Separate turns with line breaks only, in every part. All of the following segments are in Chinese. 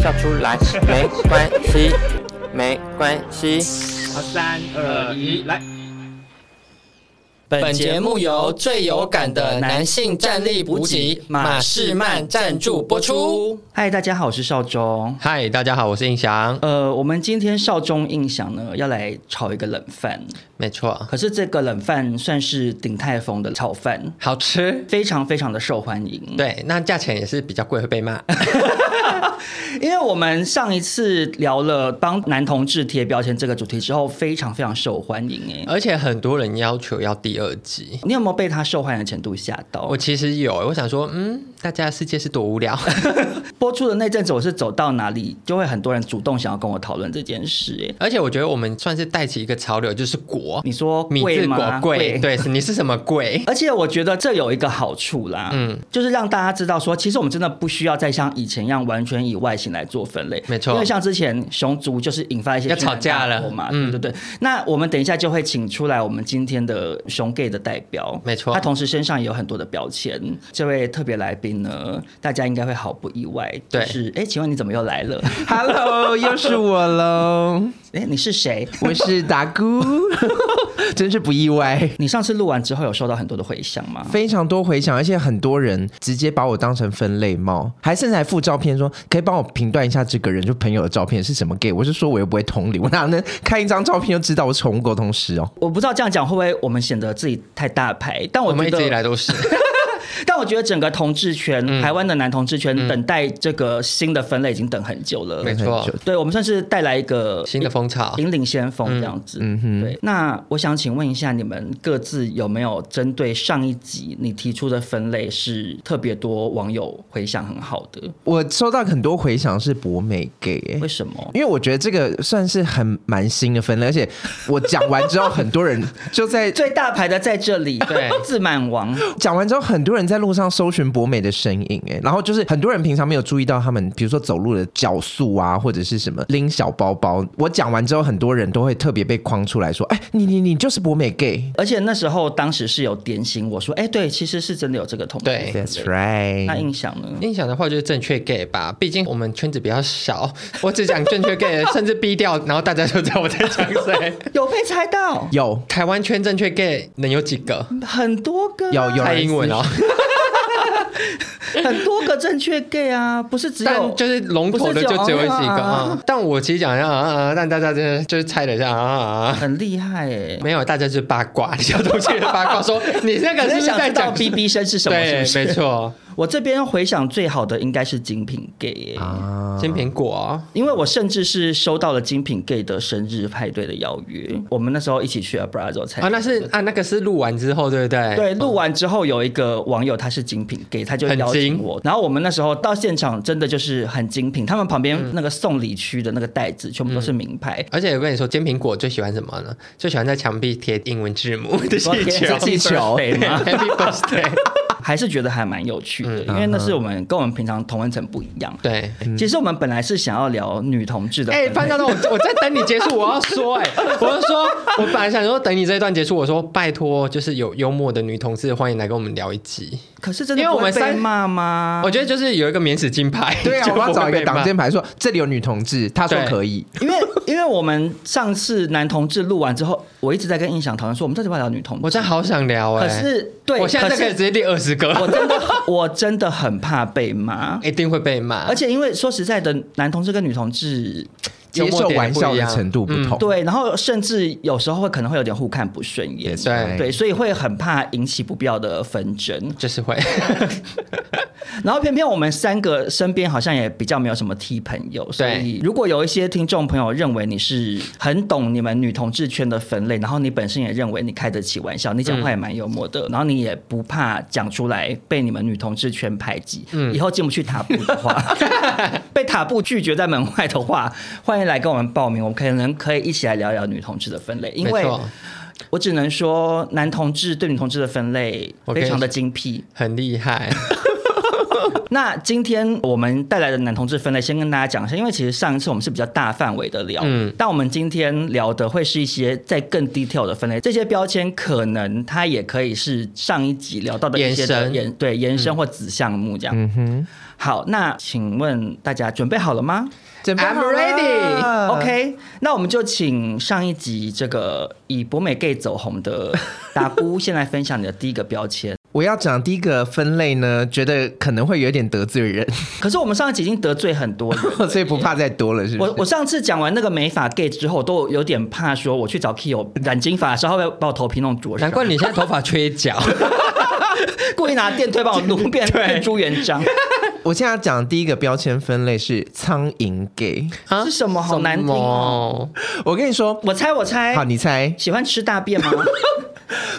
笑出来没关系， 没关系。
好，三二一，来！
本节目由最有感的男性战力补给马士曼赞助播出。
嗨，大家好，我是少中。
嗨，大家好，我是印翔。
呃，我们今天少中印象呢，要来炒一个冷饭，
没错，
可是这个冷饭算是鼎泰丰的炒饭，
好吃。
非常非常的受欢迎。，
对，那价钱也是比较贵，会 被骂。
因为我们上一次聊了帮男同志贴标签这个主题之后，非常非常受欢迎哎。
而且很多人要求要第二集。
你有没有被他受欢迎的程度吓到
我？其实有，我想说，嗯，大家的世界是 多无聊。
播出的那阵子，我是走到哪里就会很多人主动想要跟我讨论这件事哎。
而且我觉得我们算是带起一个潮流，就是国
你说
米
贵
字
吗？
国贵，对，是你是什么贵？
而且我觉得这有一个好处啦，嗯
嗯，
就是让大家知道说，其实我们真的不需要再像以前一样完全以外形来做分类，
没错
因为像之前熊族就是引发一些
要吵架了
轩然大波嘛，
嗯
对对对。那我们等一下就会请出来我们今天的熊 gay 的代表，
没错
他同时身上也有很多的标签。这位特别来宾呢，大家应该会毫不意外，
对
就是哎，请问你怎么又来了？
Hello，又是我喽！
哎，你是谁？
我是达姑， 真是不意外。
你上次录完之后有收到很多的回响吗？
非常多回响，而且很多人直接把我当成分类猫，还甚至还附照片说可以帮我评断一下这个人，就朋友的照片是什么 gay。我是说我又不会同理，我哪能看一张照片就知道我宠物沟通师哦？
我不知道这样讲会不会我们显得自己太大牌，但我
我们一
觉得
直以来都是。
但我觉得整个同志圈，
嗯
台湾的男同志圈等待这个新的分类已经等很久了。
没错
很久
对，我们算是带来一个
新的风潮
引领先锋这样子。嗯哼，对。那我想请问一下，你们各自有没有针对上一集你提出的分类是特别多网友回响很好的？
我收到很多回响是博美 gay，欸、
为什么？
因为我觉得这个算是很蛮新的分类，而且我讲完之后， 很多人就在
最大牌的在 这里，
对
自满王。
讲完之后，很多人在路上搜寻博美的身影、哎，然后就是很多人平常没有注意到他们，比如说走路的脚速啊，或者是什么拎小包包。我讲完之后，很多人都会特别被框出来说，哎、你你你就是博美 gay。
而且那时候，当时是有点醒我说，哎、对，其实是真的有这个同志
哎对
分
That's
类。那
right。
印象呢？
印象的话就是正确 gay 吧，毕竟我们圈子比较 小，我只讲正确 gay，甚至逼掉，然后大家就知道我在讲谁。
有被猜到，
有
台湾圈正确 gay 能有几个？
很多个啊
有有
蔡
人
英文哦，
很多个正确 gay 啊，不是只有
但就是龙头的就只有几个
不是只有
啊、嗯但我其实讲一下啊啊，啊但大家真的就是猜了一下啊啊啊，
很厉害哎、
没有，大家就是八卦，小东西的八卦，说你那个是
可
不
是
是
想
在
知道
讲
B B 声是什么？是
对
不，是
没。错，
我这边回想最好的应该是精品 gay，、欸
啊，
金苹果哦、
因为我甚至是收到了精品 gay 的生日派对的邀约。我们那时候一起去 Abrazo 才
嗯啊，那是啊，那个是录完之后，对不对？
对，录完之后有一个网友他是精品 gay，他就
很
邀请
精
我，然后我们那时候到现场真的就是很精品，他们旁
嗯
边那个送礼区的那个袋子全部都是名牌，
而且我跟你说，煎苹果最喜欢什么呢？最喜欢在墙壁贴英文字母的气球
气球
对 ，Happy Birthday，
还是觉得还蛮有趣
嗯
的，因为那是我们跟我们平常同文层不一样。
对。
其实我们本来是想要聊女同志的 分
哎、
类，
潘教授，我我在等你结束，我要说、 哎，我就说，我本来想说等你这一段结束，我说拜托，就是有幽默的女同志，欢迎来跟我们聊一集。
可是真的
因为我
不会
们
被
三
骂吗？
我觉得就是有一个免死金牌，
对啊，
就
我要
不会
找一个
被
挡
骂
箭牌说这里有女同志，他说
对
可以。
因为因为我们上次男同志录完之后，我一直在跟印象讨论说，我们到底要不要聊女同志？
我真的好想聊哎、
可是对，
我现在
可
可以
是
直接列二十个，
我真的我真的很怕被骂，
一定会被骂，
而且因为说实在的，男同志跟女同志
幽
接
默
受
点
玩
不一
笑的
样
程度不
嗯
同，
对，然后甚至有时候会可能会有点互看不顺眼
That's。
对
right
对，所以会很怕引起不必要的纷争。
就是会。
然后偏偏我们三个身边好像也比较没有什么 T 朋友，所
对
以如果有一些听众朋友认为你是很懂你们女同志圈的分类，然后你本身也认为你开得起玩笑，你
嗯
讲话也蛮幽默的，然后你也不怕讲出来被你们女同志圈排挤，
嗯
以后进不去塔布 的话，被塔布拒绝在门外的话，欢迎来跟我们报名，我们可能可以一起来聊聊女同志的分类，因
没
为
错。
我只能说，男同志对女同志的分类
我跟
非
你
常的精辟。
很厉 害，
那今天我们带来的男同志分类，先跟大家讲一下，因为其实上一次我们是比较大范围的聊，
嗯
但我们今天聊的会是一些在更 detail 的分类，这些标签可能呃它也可以是上一集聊到的一些的
延伸嗯
延对延伸或子项目这样。
嗯哼
好，那请问大家准备好了吗？
准备
I'm
好了呃
ready
OK，那我们就请上一集这个以博美 gay 走红的达 姑先来分享你的第一个标签。
我要讲第一个分类呢，觉得可能会有点得罪人，，
可是我们上一集已经得罪很多人了
所以不怕再多了，是不
我
是？
我上次讲完那个美发 gay 之后，都有点怕说我去找 Kyo 染金发的时候，会不会把我头皮弄灼伤？
难怪你现在头发缺 角。
故意拿电推把我 撸变变朱元璋，
我现在要讲第一个标签分类是苍蝇 gay，
啊
是什么好难听哦
什么
我跟你说，
我猜我猜
好，，你猜，
喜欢吃大 便吗？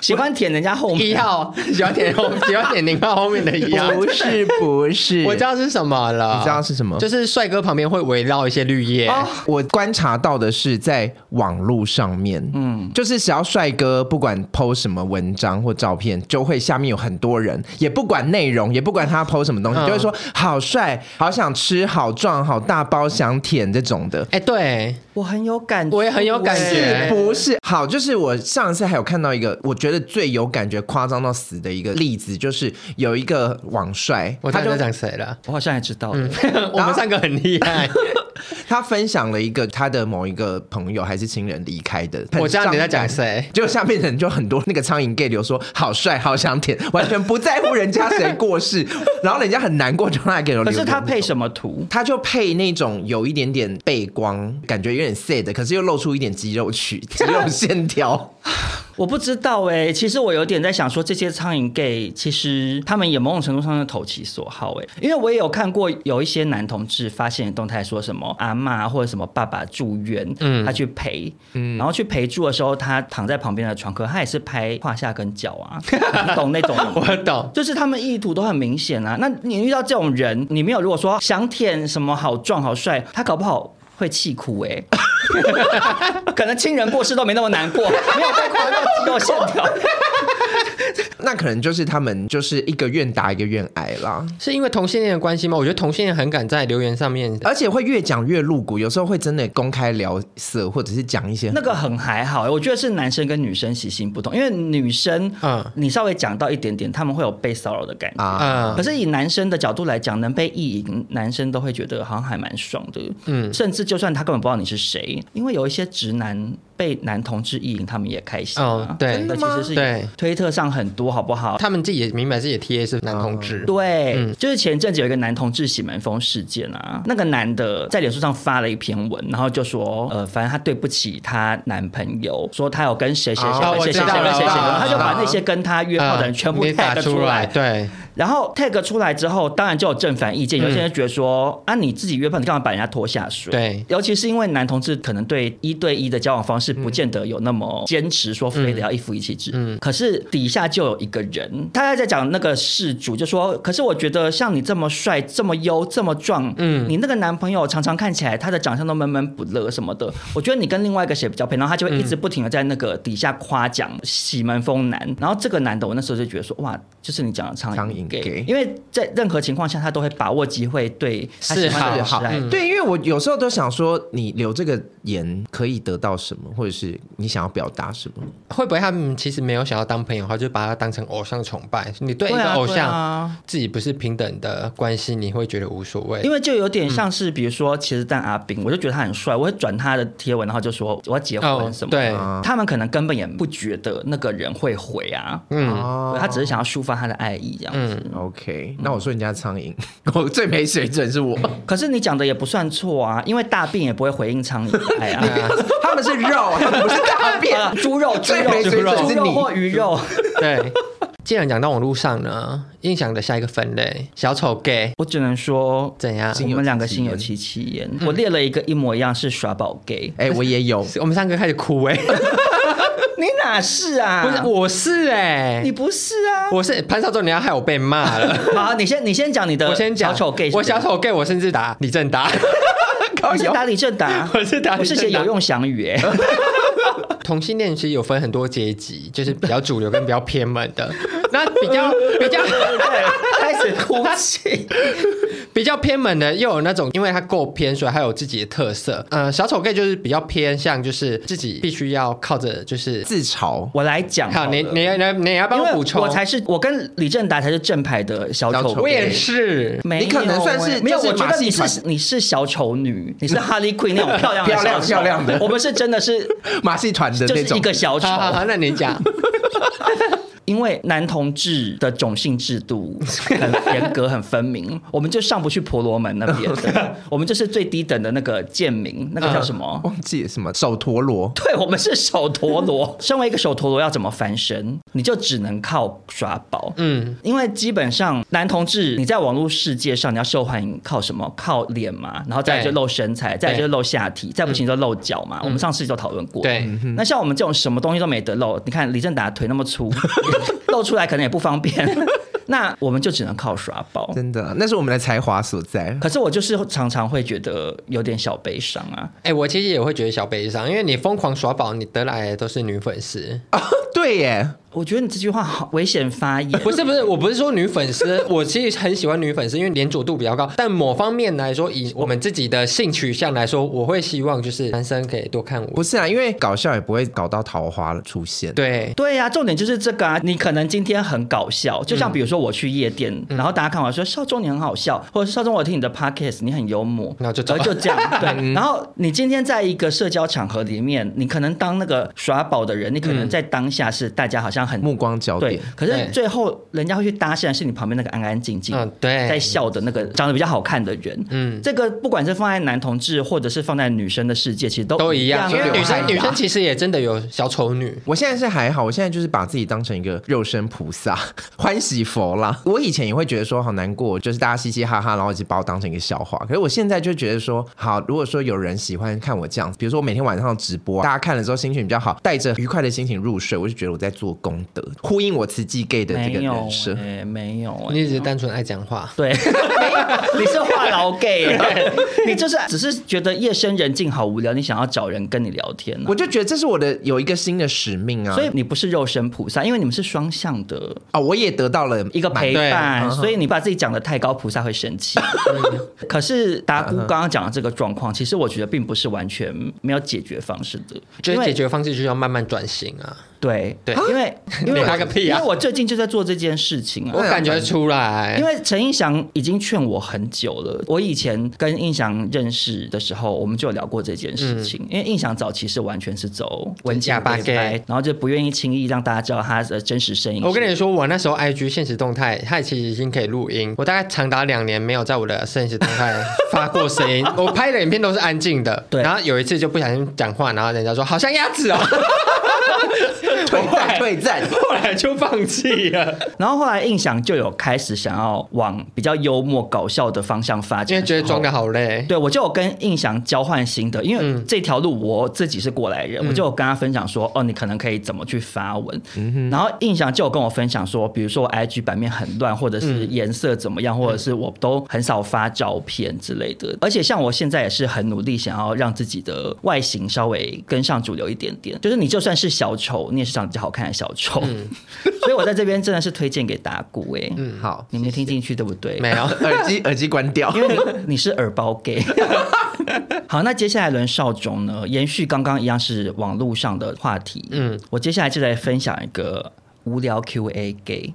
喜欢舔人家后
一
面？
号喜欢点后，喜欢点零号后面的一号。
不是不是，
我知道是什么了，
你知道是什么
就是帅哥旁边会围绕一些绿叶。
哎哦我观察到的是，在网络上面，嗯，就是只要帅哥不管 PO 什么文章或照片，就会下面有很多人，也不管内容，也不管他 PO 什么东西，
嗯
就会说好帅、好想吃、好壮、好大包、想舔这种的。
哎、对，
我很有感觉，
我也很有感
是
觉。
不是好？就是我上一次还有看到一个，我觉得最有感觉、夸张到死的一个例子，就是有一个网帅，
我
他
知道
就
你在讲谁了？
我好像也知
嗯
道了。
我们三个很厉害。
他分享了一个他的某一个朋友还是亲人离开的，
我知道你在讲
很伤感
谁。
就下面的人就很多那个苍蝇 gay 流说好帅好想舔，完全不在乎人家谁过世，然后人家很难过就让他给留。
可是他配
么？
什么图？
他就配那种有一点点背光，感觉有点 sad，可是又露出一点肌肉曲、肌肉线条。
我不知道哎、其实我有点在想说，这些苍蝇 gay 其实他们也某种程度上是投其所好哎、因为我也有看过有一些男同志发现动态说什么阿嬷啊或者什么爸爸住院，嗯，他去陪，嗯，然后去陪住的时候，他躺在旁边的床，可他也是拍胯下跟脚啊，你懂那种吗？
我懂，
就是他们意图都很明显啊。那你遇到这种人，你没有如果说想舔什么好壮好帅，他搞不好会气哭哎、 可能亲人过世都没那么难过，没有被狂到肌肉线条。
那可能就是他们就是一个愿打一个愿挨啦，
是因为同性恋的关系吗？我觉得同性恋很敢在留言上面。
而且会越讲越露骨，有时候会真的公开聊色，或者是讲一些
那个很还好、欸我觉得是男生跟女生习性不同，因为女生，
嗯
你稍微讲到一点点，他们会有被骚扰的感觉。
啊。
嗯
可，是以男生的角度来讲，能被意淫，男生都会觉得好像还蛮爽的。嗯，甚至就算他根本不知道你是谁，因为有一些直男被男同志意淫，他们也开心、啊。
哦对
真的
真的吗
其实是
对嗯
推特上很多，好不好？
他们自己也明白自己的 T A 是男同志。
对，就是前阵子有一个男同志洗门风事件啊，那个男的在脸书上发了一篇文，然后就说，呃，反正他对不起他男朋友，说他有跟谁谁谁
哦
跟谁谁
我知道
谁跟谁谁，
了我知道
他就把
了
那些跟他约炮的人全部
嗯你打
tag
出
来，
对，
然后 tag 出来之后，当然就有正反意见，有些人觉得说、啊，你自己约炮，你干嘛把人家拖下水？
对
尤其是因为男同志可能对一对一的交往方式不见得有那么坚持，说非得要一夫一妻制。嗯，可是底下就有一个人，他在讲那个事主就说，可是我觉得像你这么帅、这么优、这么壮，嗯，你那个男朋友常常看起来他的长相都闷闷不乐什么的，我觉得你跟另外一个谁比较配，然后他就会一直不停的在那个底下夸奖喜门风男，然后这个男的我那时候就觉得说，哇，就是你讲的苍
苍
蝇
蝇
gay，
gay
啊因为在任何情况下他都会把握机会对他喜欢的人
示好
示爱
嗯
对，因为我有时候都想说，你留这个言可以得到什么，或者是你想要表达什么？
会不会他们其实没有想要当朋友，他就把他当成偶像崇拜？你对一
对
个
啊
偶
对
像、
啊
自己不是平等的关系，你会觉得无所谓
因。为就有点像是，比如说，其实但阿炳，我就觉得他很帅，我会转他的贴文，然后就说我要结婚什么的。
哦对，
他们可能根本也不觉得那个人会回啊，
嗯，
哦
对他嗯只是想要抒发他的爱意这样子。
OK，那我说人家苍蝇，我最没水准是我，
可是你讲的也不算错啊，因为大便也不会回应苍蝇的 爱啊。
他们是 肉，他们不是大便。
啊猪肉、猪
最
肉、
没
猪
水准
肉、
是
猪
你
肉或鱼肉。
对，既然讲到网络上呢，印象的下一个分类，小丑 gay
我只能说，
怎样？
我们两个心有戚戚焉。我列了一个一模一样是耍宝 gay，
哎、我也有，
我们三个开始哭 哎、
你哪是啊？
不是，我是哎、
你不是啊。
我是潘少忠，你要害我被骂 了。
好，你先你先讲你的，
我先讲
小丑 gay，
我小，丑 gay，我甚至打李正达，，
我是打李正达
我是打
我
李
是
正
写
达
有用祥语哎。
同性恋其实有分很多阶级，就是比较主流跟比较偏门 的。那比较比较
开始哭泣。
比较偏门的，又有那种因为它够偏，所以它有自己的特色。呃，小丑 gay 就是比较偏向，就是自己必须要靠着，就是
自嘲。
我来讲
好，
了，
你你你你要帮
因
我
为
补充，
我才是我跟李正达才是正牌的小
小丑
丑，gay，
我也是。
没有
你可能算是
欸没有，
就是
我觉
马
得
戏
你是
团
你是小丑女，你是 Harley Quinn 那种漂亮的
漂亮
小
漂
丑
亮的
我们是真的是
马戏团的
就
那
是
种
一，个小丑，
好好好， 那你讲，
因为男同志的种姓制度很严格、很分明，我们就上不去婆罗门那边的，我们就是最低等的那个贱民，那个叫什么？
忘记什么手陀螺，
对，我们是手陀螺。 身为一个手陀螺，要怎么翻身？你就只能靠耍宝。嗯，因为基本上男同志，你在网络世界上你要受欢迎，靠什么？靠脸嘛，然后再来
对
就露身材，再来就是露下体，再不行就露脚嘛。我们上次就讨论过。嗯
对，
那像我们这种什么东西都没得露，你看李正达腿那么 粗，露出来可能也不方 便。那我们就只能靠耍宝。
真的，那是我们的才华所在。
可是我就是常常会觉得有点小悲伤啊。
哎、我其实也会觉得小悲伤，因为你疯狂耍宝，你得来的都是女粉丝，
对耶，
我觉得你这句话好危险发言。
不是不是，我不是说女粉丝，我其实很喜欢女粉丝，因为粘着度比较高。但某方面来说，以我们自己的性取向来说，我会希望就是男生可以多看
不
我。
是啊，因为搞笑也不会搞到桃花了出现。，
对，
对呀、重点就是这个啊！你可能今天很搞
嗯
笑，就像比如说我去夜店，然后大家看我说少中你很好笑，或者是少中我听你的 podcast 你很幽默，
然后就走嗯
就这样。 对，然后你今天在一个社交场合里面，你可能当那个耍宝的人，你可能
嗯
在当下是大家好像很
目光焦
对
点，，
可
对
是最后人家会去搭讪的是你旁边那个安安静静，
嗯对
在笑的那个长得比较好看的人。嗯，这个不管是放在男同志或者是放在女生的世界，其实都
都
一
一样，因为
啊
女生
对
女生其实也真的有小丑女，
我现在是还好，我现在就是把自己当成一个肉身菩萨， 欢喜佛啦。我以前也会觉得说好难过，就是大家嘻嘻哈哈，然后一直把我当成一个笑话。可是我现在就觉得说，好，如果说有人喜欢看我这样子，比如说我每天晚上直播啊、大家看了之后心情比较好，带着愉快的心情入睡，我就觉得我在做功德，呼应我慈济 gay 的这个
没有
人设。
欸没有欸，
你只是单纯爱讲话。
对， 你是话痨 gay，欸 你就是只是觉得夜深人静好无聊，你想要找人跟你聊天、啊
我。就觉得这是我的有一个新的使命啊，
所以你不是肉身菩萨，因为你们是双向的
哦，我也得到了
一个陪
对嗯
伴，所以你把自己讲的太高，菩萨会生气。 可是达姑刚刚讲的这个状况，其实我觉得并不是完全没有解决方式的，
就是
因为
解决方式就是要慢慢转型啊，
对
对
因为因为
你怕个屁啊
因为我最近就在做这件事情啊，
我感觉出
因
来。
为陈映祥已经劝我很久了。我以前跟映祥认识的时候，我们就有聊过这件事情。
嗯
因为映祥早期是完全是走文青
哑巴
为白
gay
然后就不愿意轻易让大家知道他的真实声音。
我跟你说，我那时候 IG 现实动态，它其实已经可以录音。我大概长达两年没有在我的现实动态发过声 音，我拍的影片都是安静的。
对
然后有一次就不小心讲话，然后人家说好像鸭子哦，
退战退战，
后来就放弃了，
然后后来映祥就有开始想要往比较幽默搞笑的方向发
因
展，
为觉得装的。好累。
对，我就有跟印象交换心得，因为这条路我自己是过来人，我就有跟他分享说，哦，你可能可以怎么去发文。然后印象就有跟我分享说，比如说我 IG 版面很乱，或者是颜色怎么样，或者是我都很少发照片之类的。而且像我现在也是很努力，想要让自己的外形稍微跟上主流一点点。就是你就算是小丑，你也是长得比较好看的小丑。 所以我在这边真的是推荐给达姑哎、
好，
你没听进去对不对？
没有，
耳机耳机关掉，因为
你是耳包 gay。好，那接下来轮少总呢？延续刚刚一样是网络上的话题，嗯，我接下来就来分享一个无聊 Q&A gay。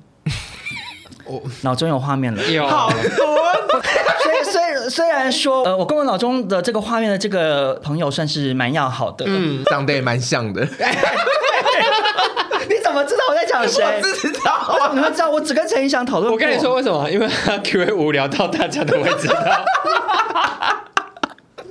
脑中有画面了，
有
虽虽虽然说，呃，我跟我脑中的这个画面的这个朋友算是蛮要好的，嗯，哎
长得也蛮像的。
你怎么知道我在讲谁？
知道，
你们知道我只跟陈怡翔讨论，
我跟你 说，为什么？因为他 Q A 无聊到大家都会知道。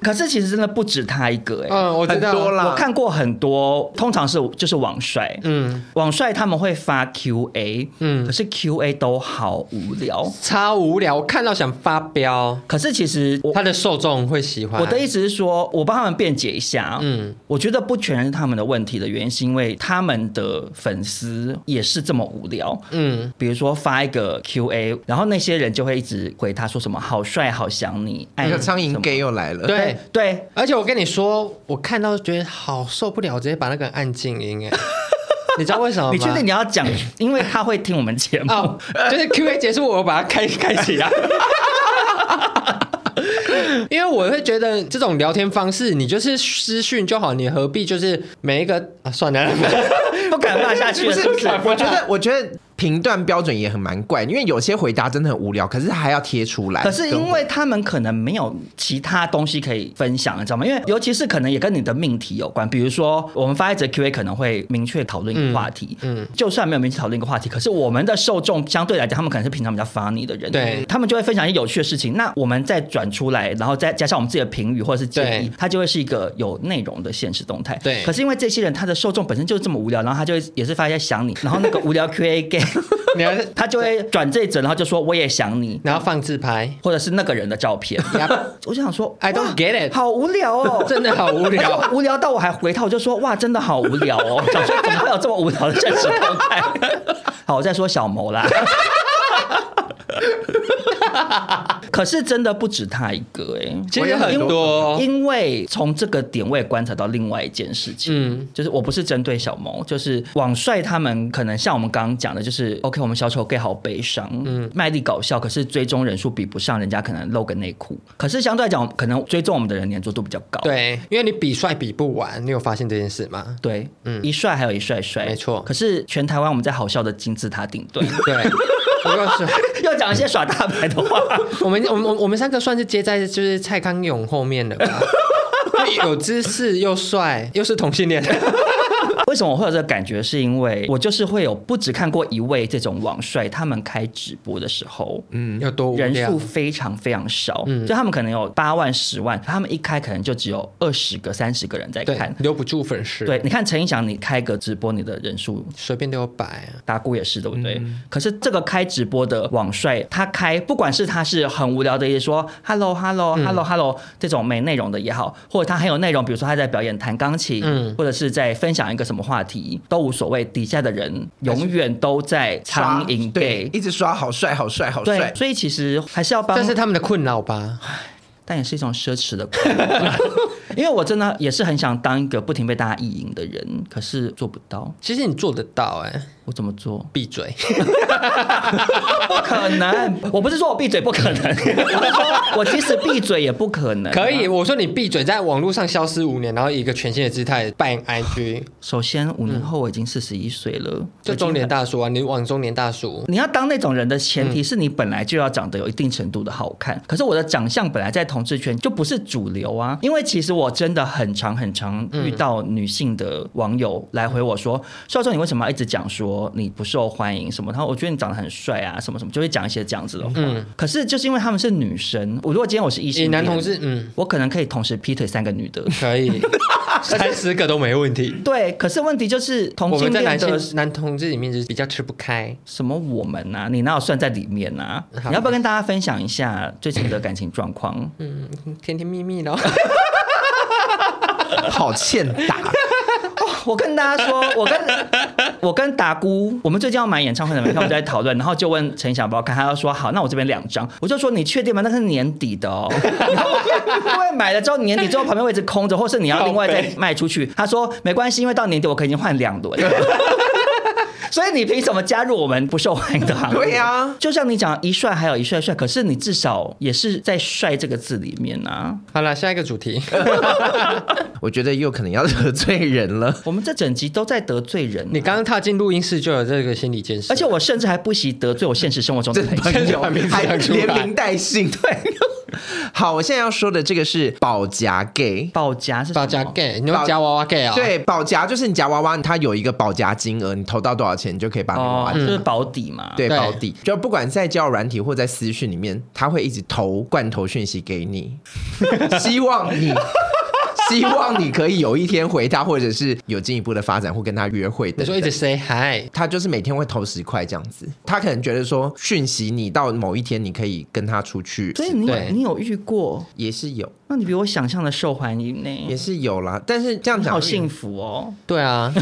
可是其实真的不止他一个哎、
嗯，我知
很多
道，
啦。
我看过很多，通常是就是网帅，
嗯，
网帅他们会发 Q&A，
嗯
可是 Q&A 都好无聊。
超无聊，我看到想发飙。
可是其实我
他的受众会喜欢
我的意思是说，我帮他们辩解一下。
嗯
嗯，我觉得不全然是他们的问题的原因，是因为他们的粉丝也是这么无聊。
嗯，
比如说发一个 Q&A，然后那些人就会一直回他说什么“好帅，好想你”，爱
那
你
个哎苍
什
蝇
么
gay 又来了，
对。
对，
而且我跟你说，我看到觉得好受不了，我直接把那个按静音 哎，你知道为什么吗？
你确定你要讲？因为他会听我们节目。
哦，就是 Q A 结束，我把它开开起 来。因为我会觉得这种聊天方式，你就是私讯就好，你何必就是每一个啊？算了，
不敢骂下去了，是不是？
我觉得，我觉得评断标准也很蛮怪，因为有些回答真的很无聊，可是还要贴出来。
可是因为他们可能没有其他东西可以分享，你知道吗？因为尤其是可能也跟你的命题有关，比如说我们发一则 Q&A 可能会明确讨论一个话题，嗯，就算没有明确讨论一个话题，可是我们的受众相对来讲，他们可能是平常比较 funny 的人，
对
他们就会分享一些有趣的事情，那我们再转出来，然后再加上我们自己的评语或者是建议
对，
它就会是一个有内容的现实动态。
对
可是因为这些人他的受众本身就是这么无聊，然后他就会也是发现想你，然后那个无聊 Q&A game，
你要是
他就会转这一则，然后就说我也想你，
然后放自拍
或者是那个人的照 片。
Yup
我就想说
I don't
哇
get it
好无 聊哦，
真的好无聊
而且我无聊到我还回他，我就说哇，真的好无 聊哦，想说怎么会有这么无聊的现实动态？好，我再说小谋啦。 可是真的不止他一个哎、
其实很
因为
多
因为从这个点我也观察到另外一件事情，
嗯
嗯，就是我不是针对小萌，就是网帅他们可能像我们刚刚讲的，就是 OK，我们小丑 gay 好悲伤，嗯，卖力搞笑，可是追踪人数比不上人家，可能露个内裤，可是相对来讲，可能追踪我们的人粘着度比较高，
对，因为你比帅比不完，你有发现这件事吗？
对，一帅还有一帅帅，
嗯没错
可是全台湾我们在好笑的金字塔顶端，
对，我告诉你。
又讲一些耍大牌的话，
我们我们我们我们三个算是接在就是蔡康永后面 的吧，又有知识又帅又是同性恋，
为什么我会有这个感觉？是因为我就是会有不只看过一位这种网帅，他们开直播的时候， 嗯，
有多无
人
聊
数？非常非常少，
嗯
就他们可能有八万、十万，他们一开可能就只有二十个、三十个人在
对
看，。
留不住粉丝，
对，，你看陈映翔，你开个直播，你的人数
随便都有摆啊。
打鼓也是，对不对？
嗯
可是这个开直播的网帅，他开不管是他是很无聊的，也说 hello hello
嗯
hello hello、这种没内容的也好，或者他很有内容，比如说他在表演弹钢琴，
嗯
或者是在分享一个什么话题，都无所谓。底下的人永远都在
刷
苍蝇
对
gay，
一直刷好帅好帅好帅
对，，所以其实还是要帮，
这是他们的困扰吧？
但也是一种奢侈的快乐 因为我真的也是很想当一个不停被大家意淫的人，可是做不到，
其实你做得到哎、
我怎么做？
闭嘴！
不可能！ 我不是说我闭嘴不可能，我 是说我即使闭嘴也不可能。
可以，。我说你闭嘴，在网络上消失五年，然后以一个全新的姿态扮 IG，
首先，五年后我已经四十一岁了，
就中年大叔啊，你往中年大叔。
你要当那种人的前提是你本来就要长得有一定程度的好看，可是我的长相本来在同志圈就不是主流啊。因为其实我真的很常很常遇到女性的网友来回我说：“少壮，你为什么要一直讲说你不受欢迎什么？”他说：“我觉得你长得很帅啊，什么什么，就会讲一些这样子的话。可是就是因为他们是女生，我如果今天我是异
以
性
嗯男
恋
同志，嗯，
我可能可以同时劈腿三个女的。
可 以，三十个都没问题。
对，可是问题就是同
我
性
们在
恋
男
的
性男同志里面就是比较吃不开，
什么我们啊，你哪有算在里面啊？
好
你要不要跟大家分享一下最近的感情状况？
甜甜蜜蜜咯。
好欠打。
我跟大家说，我跟我跟达姑，我们最近要买演唱会的门票，我们就在讨论，然后就问陈小包看，他要说好，那我这边两张，我就说你确定吗？那是年底的哦， 然后因为买了之后年底之后旁边位置空着，或是你要另外再卖出去，他说没关系，因为到年底我可以已经换两轮了。 所以你凭什么加入我们不受欢迎的行列？
对呀
就像你讲一帅还有一帅帅，可是你至少也是在“帅”这个字里面啊。
好了，下一个主题。
我觉得又可能要得罪人了。
我们这整集都在得罪人啊、
你刚刚踏进录音室就有这个心理建设，
而且我甚至还不惜得罪我现实生活中的
这
朋友。
朋友
还没
还
讲出来
连名带姓，对，好，我现在要说的这个是保夹 gay。
保夹是什么哦
包夹 gay，你用夹娃娃 gay 啊、
对，保夹就是你夹娃娃，它有一个保夹金额，你投到多少钱，你就可以把那个娃
哦
娃，
就是保底嘛。
啊嗯对
对
保底，就不管在交友软体或在私讯里面，他会一直投罐头讯息给你，希望你。希望你可以有一天回他，或者是有进一步的发展，或跟他约会
你
等
说一
等。
直 say hi，
他就是每天会投十块这样子，他可能觉得说讯息你到某一天你可以跟他出去，
所以你
对
你有遇过？
也是有，
那你比我想象的受欢迎
也
呢，
是有啦。但是这样
你
讲
好幸福哦。
对 啊，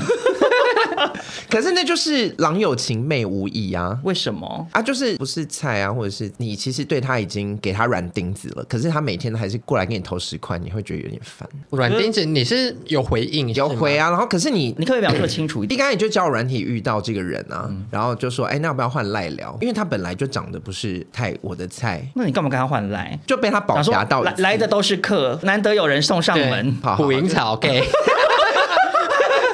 可是那就是郎有情妹无意啊。
为什么？
啊，就是不是菜啊，或者是你其实对他已经给他软钉子了，可是他每天还是过来给你投十块，你会觉得有点烦。
软钉子你是有回应，
有回
啊，
啊，然后可是你
你可不可以描述得清楚一
一
点？
开始就交友软体遇到这个人啊，
嗯
然后就说，哎，那要不要换赖聊？因为他本来就长得不是太我的菜，
那你干嘛跟他换来？
就被他保
想说
夹到
来来的都是客，难得有人送上门。
好好
捕蝇草 gay，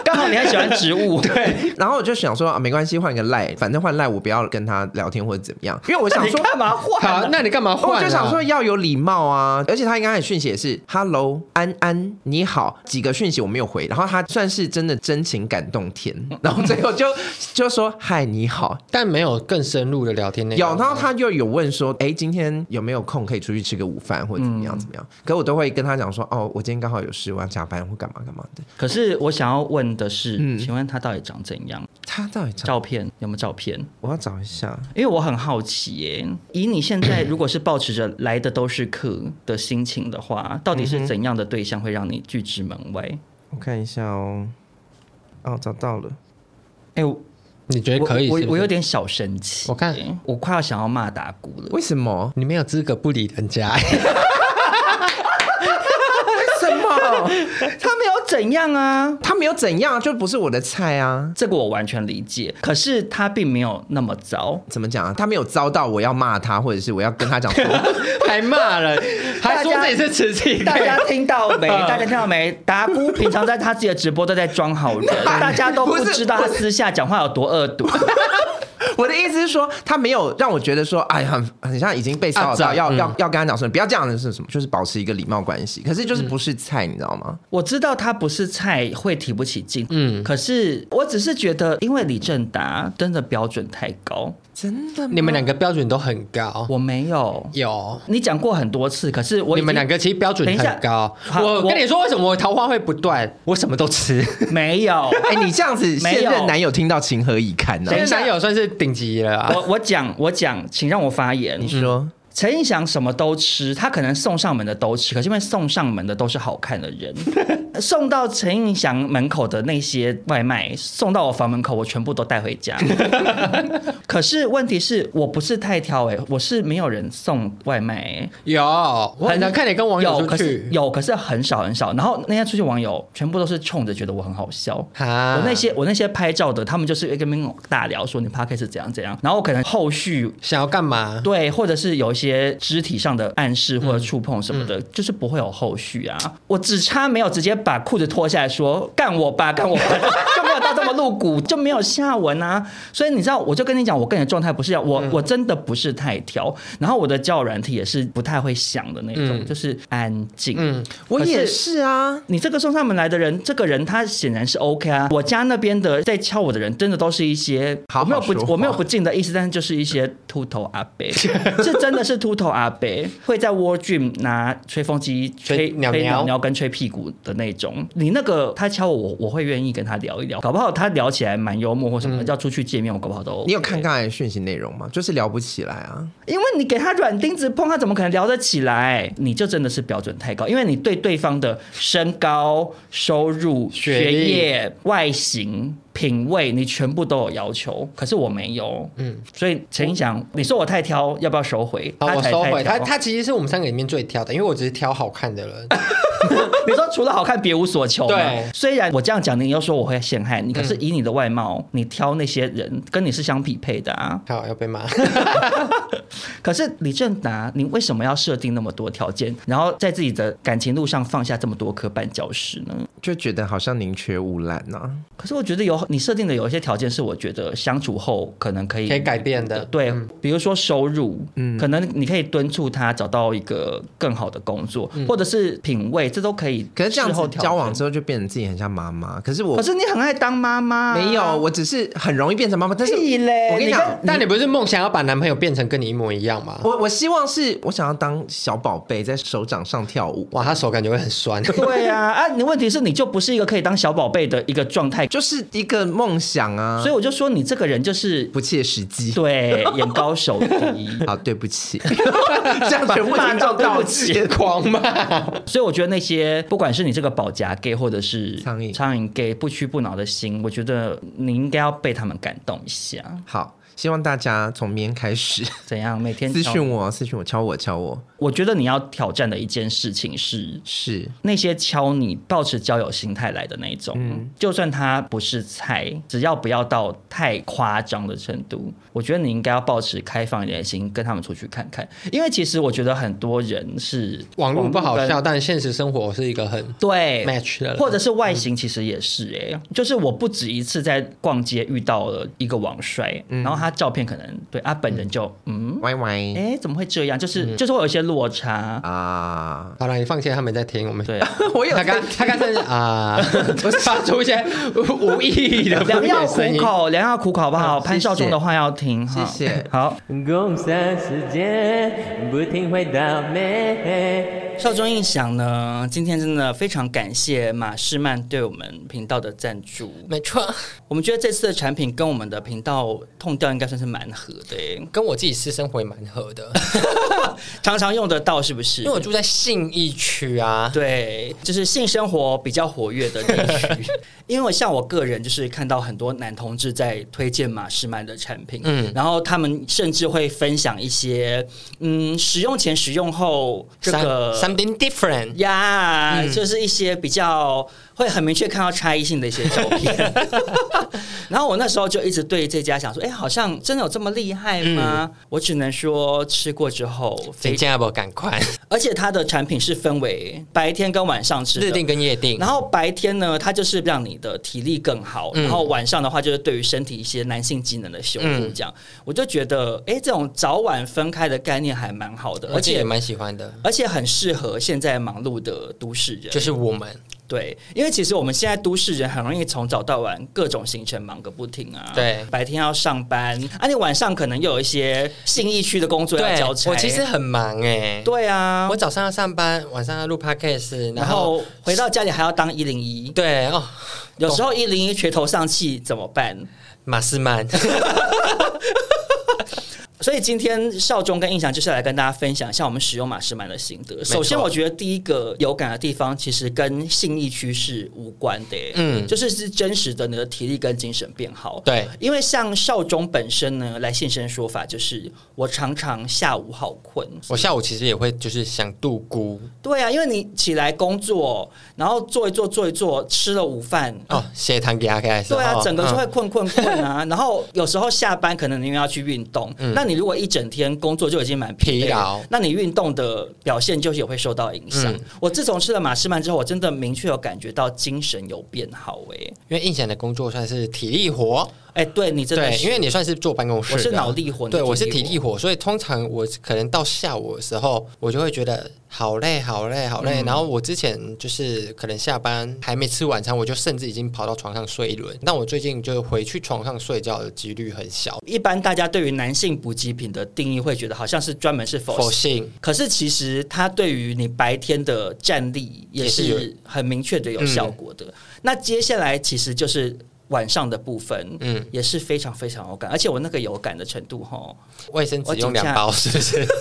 刚好你还喜欢植 物，对，
然后我就想说啊，没关系，换个赖，反正换赖我不要跟他聊天或者怎么样，因为我想
你
说，
干嘛换啊？
好，那你干嘛换、啊？
我就想说要有礼貌啊，而且他应该很讯息也是 “hello 安安你好”几个讯息我没有回，然后他算是真的真情感动 天，然后最后就就说“嗨你好
但没有更深入的聊天内”，
有
容。，
然后他又有问说：“哎，今天有没有空可以出去吃个午饭或者怎么样怎么样？”可我都会跟他讲说：“哦，我今天刚好有事，我要加班或干嘛干嘛的。
可是我想要问的是，
嗯
请问他到底长怎样？”
他到底找
照片有没有照片？
我要找一下，
因为我很好奇耶、以你现在如果是保持着来的都是客的心情的话，到底是怎样的对象会让你拒之门外？
我看一下哦。哦，找到了，
哎、我
你觉得可以
我
是不
我
是
我有点小生气，
我看
我快要想要骂达姑了。
为什么？
你没有资格不理人家，
为什么？
他没有怎样啊，
他没有怎样，就不是我的菜啊。
这个我完全理解，可是他并没有那么 糟。
怎么讲啊？他没有遭到我要骂他，或者是我要跟他讲说，
还骂人，还说
大家
自己是瓷器 gay，
大家听到没？大家听到没？达姑平常在她自己的直播都在装好人， 大家都不知道她私下讲话有多恶毒。
我的意思是说，他没有让我觉得说，哎，很很像已经被骚扰
啊
到，
这
要
嗯
要要跟他讲说，你不要这样的是什么，就是保持一个礼貌关系。可是就是不是菜，你知道吗？
我知道他不是菜，会提不起劲。嗯，
嗯
可是我只是觉得，因为李正达真的标准太高，
真的吗，
你们两个标准都很高，
我没有。
有。
你讲过很多次，可是我
你
已经
们两个其实标准
等一下
很高。
好
我
我
跟你说，为什么我桃花会不断？我什么都吃，
没 有。
哎、你这样子，
没有
现任男友听到情何以堪啊呢、
等一
前
下
男友算是顶级了啊。嗯
我我讲我讲，请让我发言。
你说、
陈映祥什么都吃，他可能送上门的都吃，可是因为送上门的都是好看的人， 送到陈映祥门口的那些外卖，送到我房门口，我全部都带回 家。可是问题是我不是太挑哎、我是没有人送外卖哎、
有，我很常看你跟网友
有，可
出
是
去。
有，可是很少很少。然后那天出去网友全部都是冲着觉得我很好笑。
啊
我那些我那些拍照的，他们就是跟跟我大聊说你 p o d c a s 怎样怎样，然后我可能后续
想要干嘛？
对，或者是有一些肢体上的暗示或者触碰什么的，就是不会有后续啊。我只差没有直接把裤子脱下来说干我吧， 干我吧，就没有到这么露骨，就没有下文啊。所以你知道，我就跟你讲，我个人的状态不是要我，我真的不是太挑，然后我的交友软体也是不太会想的那种，
嗯
就是安静。
嗯，
我
可是
也是啊。
你这个送上门来的人，这个人他显然是 OK 啊。我家那边的在敲我的人，真的都是一些
好好
我没有
说
不
话
我没有不敬的意思，但是就是一些秃头阿 伯，这真的是秃头阿伯，会在 War Dream 拿吹风机吹
吹鸟
吹
鸟
鸟鸟跟吹屁股的那种。你那个他敲我，我会愿意跟他聊一聊，搞不好他聊起来蛮幽默或什么，
嗯
要出去见面，我搞不好都 OK、
你有看刚才的讯息内容吗？就是聊不起来啊。
因为你给他软钉子碰，他怎么可能聊得起来？你就真的是标准太高，因为你对对方的身高、收入、
学
学
历
业、外形、品味，你全部都有要求。可是我没有，嗯，所以陈英祥，你说我太挑，要不要收回？
好，我
才
收
太
回。
挑
他，他其实是我们三个里面最挑的，因为我只是挑好看的 人。
你说除了好看别无所求吗。
对嗯
虽然我这样讲，你又说我会陷害你，可是以你的外貌，你挑那些人跟你是相匹配的啊。
好，要被骂。
可是李正达，你为什么要设定那么多条件，然后在自己的感情路上放下这么多颗绊脚石呢？
就觉得好像宁缺毋滥呐、啊
可是我觉得有你设定的有一些条件是我觉得相处后可能可以
可以改变的嗯
对，
嗯
比如说收入，可能你可以敦促他找到一个更好的工作，或者是品味，这都可
嗯
以。
可是这样
后
子
调
交往
整
之后就变成自己很像妈妈，可是我
可是你啊很爱当妈妈、
没有，。我只是很容易变成妈妈，但是
屁嘞
我跟
你
你
跟
讲。
但你不是梦想要把男朋友变成跟你一模一样吗？
我我希望是我想要当小宝贝，在手掌上跳舞，
哇，他手感觉会很酸。
对呀、啊，啊，你问题是你就不是一个可以当小宝贝的一个 状态，
就是一个梦想啊，
所以我就说你这个人就是
不切实际。
对眼高手 低。
好，对不 起，这样全部听众道歉。
狂骂，
所以我觉得那些不管是你这个保夹 gay 或者是
苍蝇
苍蝇 gay 不屈不挠的心，我觉得你应该要被他们感动一下。
好，希望大家从明天开始
怎样？每天
私
挑
讯我，私讯我，敲我，敲我，
我觉得你要挑战的一件事情是。
是
那些敲你抱持交友心态来的那一种，
嗯
就算他不是菜，只要不要到太夸张的程度，我觉得你应该要保持开放一点的心，跟他们出去看看。因为其实我觉得很多人是
网络不好
跟
笑，但现实生活是一个很
对
match 的人
或者是外形其实也是哎、就是我不止一次在逛街遇到了一个网帅，然后他照片可能对他本人就嗯，
歪歪
哎、怎么会这样？就是、就是会有一些落差，
啊，
好了，你放弃他们在听我们。
对，
我有
他刚他刚才 啊，发出一些无意义的敷
良药
衍声
苦
音。
口，良药苦口好不好？
谢
潘少忠的话要听哈，
谢谢
好，
共三时间，不停会倒霉。
少中印象呢，今天真的非常感谢马士曼对我们频道的赞助。
没错，
我们觉得这次的产品跟我们的频道痛调应该算是蛮合的耶、
跟我自己私生活也蛮合的，
常常用得到是不是？
因为我住在信义区啊。
对，就是性生活比较活跃的地区。 因为我像我个人，就是看到很多男同志在推荐马士曼的产品，嗯，然后他们甚至会分享一些，嗯，使用前、使用后这个
Some- something different，
呀就是一些比较会很明确看到差异性的一些照片。然后我那时候就一直对这家想说，哎、好像真的有这么厉害吗？我只能说吃过之后
请
非常，
进来不赶快，
而且它的产品是分为白天跟晚 上吃的
日定跟夜定
然。后白天呢，它就是让你的体力更好，
嗯
然后晚上的话就是对于身体一些男性机能的修
嗯
复，这样、我就觉得，哎，这种早晚分开的概念还蛮好的，
我
而
自己也
且
蛮喜欢的，
而且很适合现在忙碌的都市人，
就是我们
对，因为其实我们现在都市人很容易从早到晚各种行程忙个不停啊，
对
白天要上班，啊，你晚上可能又有一些信义区的工作要交差，
我其实很忙哎、
对啊
我，早上要上班，晚上要录 podcast，
然
然后
后回到家里还要当一零一，
对哦，
有时候一零一垂头丧气怎么办？
马斯曼
所以今天少中跟印象就是来跟大家分享一下我们使用马士曼的心得。首先，我觉得第一个有感的地方，其实跟信义区是无关的、嗯，就是是真实的你的体力跟精神变好。
对，
因为像少中本身呢，来现身说法就是我常常下午好困。
我下午其实也会就是想度孤
对啊，因为你起来工作，然后坐一坐坐一坐，吃了午饭。
哦，血糖给他开始，
啊对啊
哦，
整个就会
嗯
困困困啊， 然后有时候下班可能你又要去运动，那你如果一整天工作就已经蛮疲惫
嗯疲
了
劳嗯
那你运动的表现就是也会受到影响。我自从吃了马士曼之后，我真的明确有感觉到精神有变好哎、
嗯因为印象的工作算是体力活，
哎、对你真的
对，
是
因为你算是坐办公室的，
我是脑力活，
对
你
我是体力活，所以通常我可能到下午的时候，我就会觉得好累、好累、好
嗯
累。然后我之前就是可能下班还没吃晚餐，我就甚至已经跑到床上睡一轮。但我最近就回去床上睡觉的几率很小，
一般大家对于男性补给品的定义会觉得好像是专门是否
否性
可是其实它对于你白天的战力也
也
是嗯
是
很明确的有效果的。那接下来其实就是晚上的部分，嗯
嗯，
也是非常非常有感，而且我那个有感的程度哈，
卫生
我
纸用
等一下
两包是不是？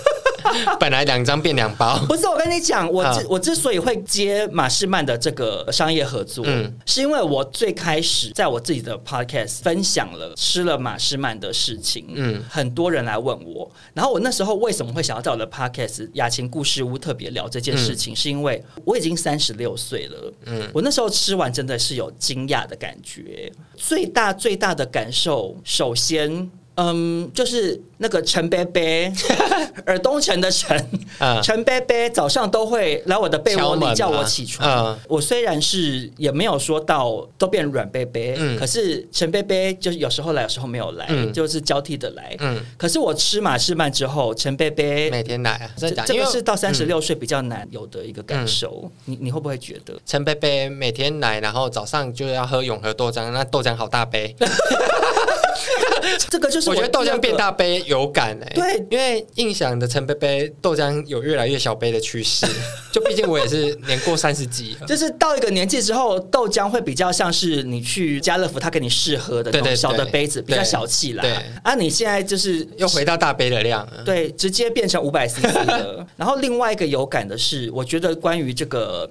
本来两张变两包，
不是我跟你讲，我之
啊
我之所以会接马士曼的这个商业合作，
嗯
是因为我最开始在我自己的 podcast 分享了吃了马士曼的事情，嗯
嗯，
很多人来问我，然后我那时候为什么会想要在我的 podcast《雅琴故事屋》特别聊这件事
嗯
情，是因为我已经三十六岁了，嗯，我那时候吃完真的是有惊讶的感觉，最大最大的感受，首先。嗯，就是那个陈伯伯，尔东城的陈
嗯，
陈伯伯早上都会来我的被窝
敲门啊
里
吗
叫我起床。
嗯
我虽然是也没有说到都变软贝贝，
嗯
可是陈贝贝就是有时候来，有时候没有来，
嗯
就是交替的来。
嗯
可是我吃马氏曼之后，陈贝贝
每天来啊，真的
这
假的
这
因
个
为
是到
嗯
三十六岁比较难有的一个感受，你你会不会觉得？
陈贝贝每天来，然后早上就要喝永和豆浆，那豆浆好大杯，
这个就是
我觉得豆
第二
浆
个
变大杯有感哎、
对
因为印象的陈贝贝豆浆有越来越小杯的趋势， 就毕竟我也是年过三十几了，
就是到一个年纪之后，豆浆会比较像是你去家乐福，他给你试喝的那
对对
种小的
对
杯子，比较
对
小气啦
对。
啊，你现在就是
又回到大杯的量了。
对，直接变成五百 CC 了。 然后另外一个有感的是，我觉得关于这个，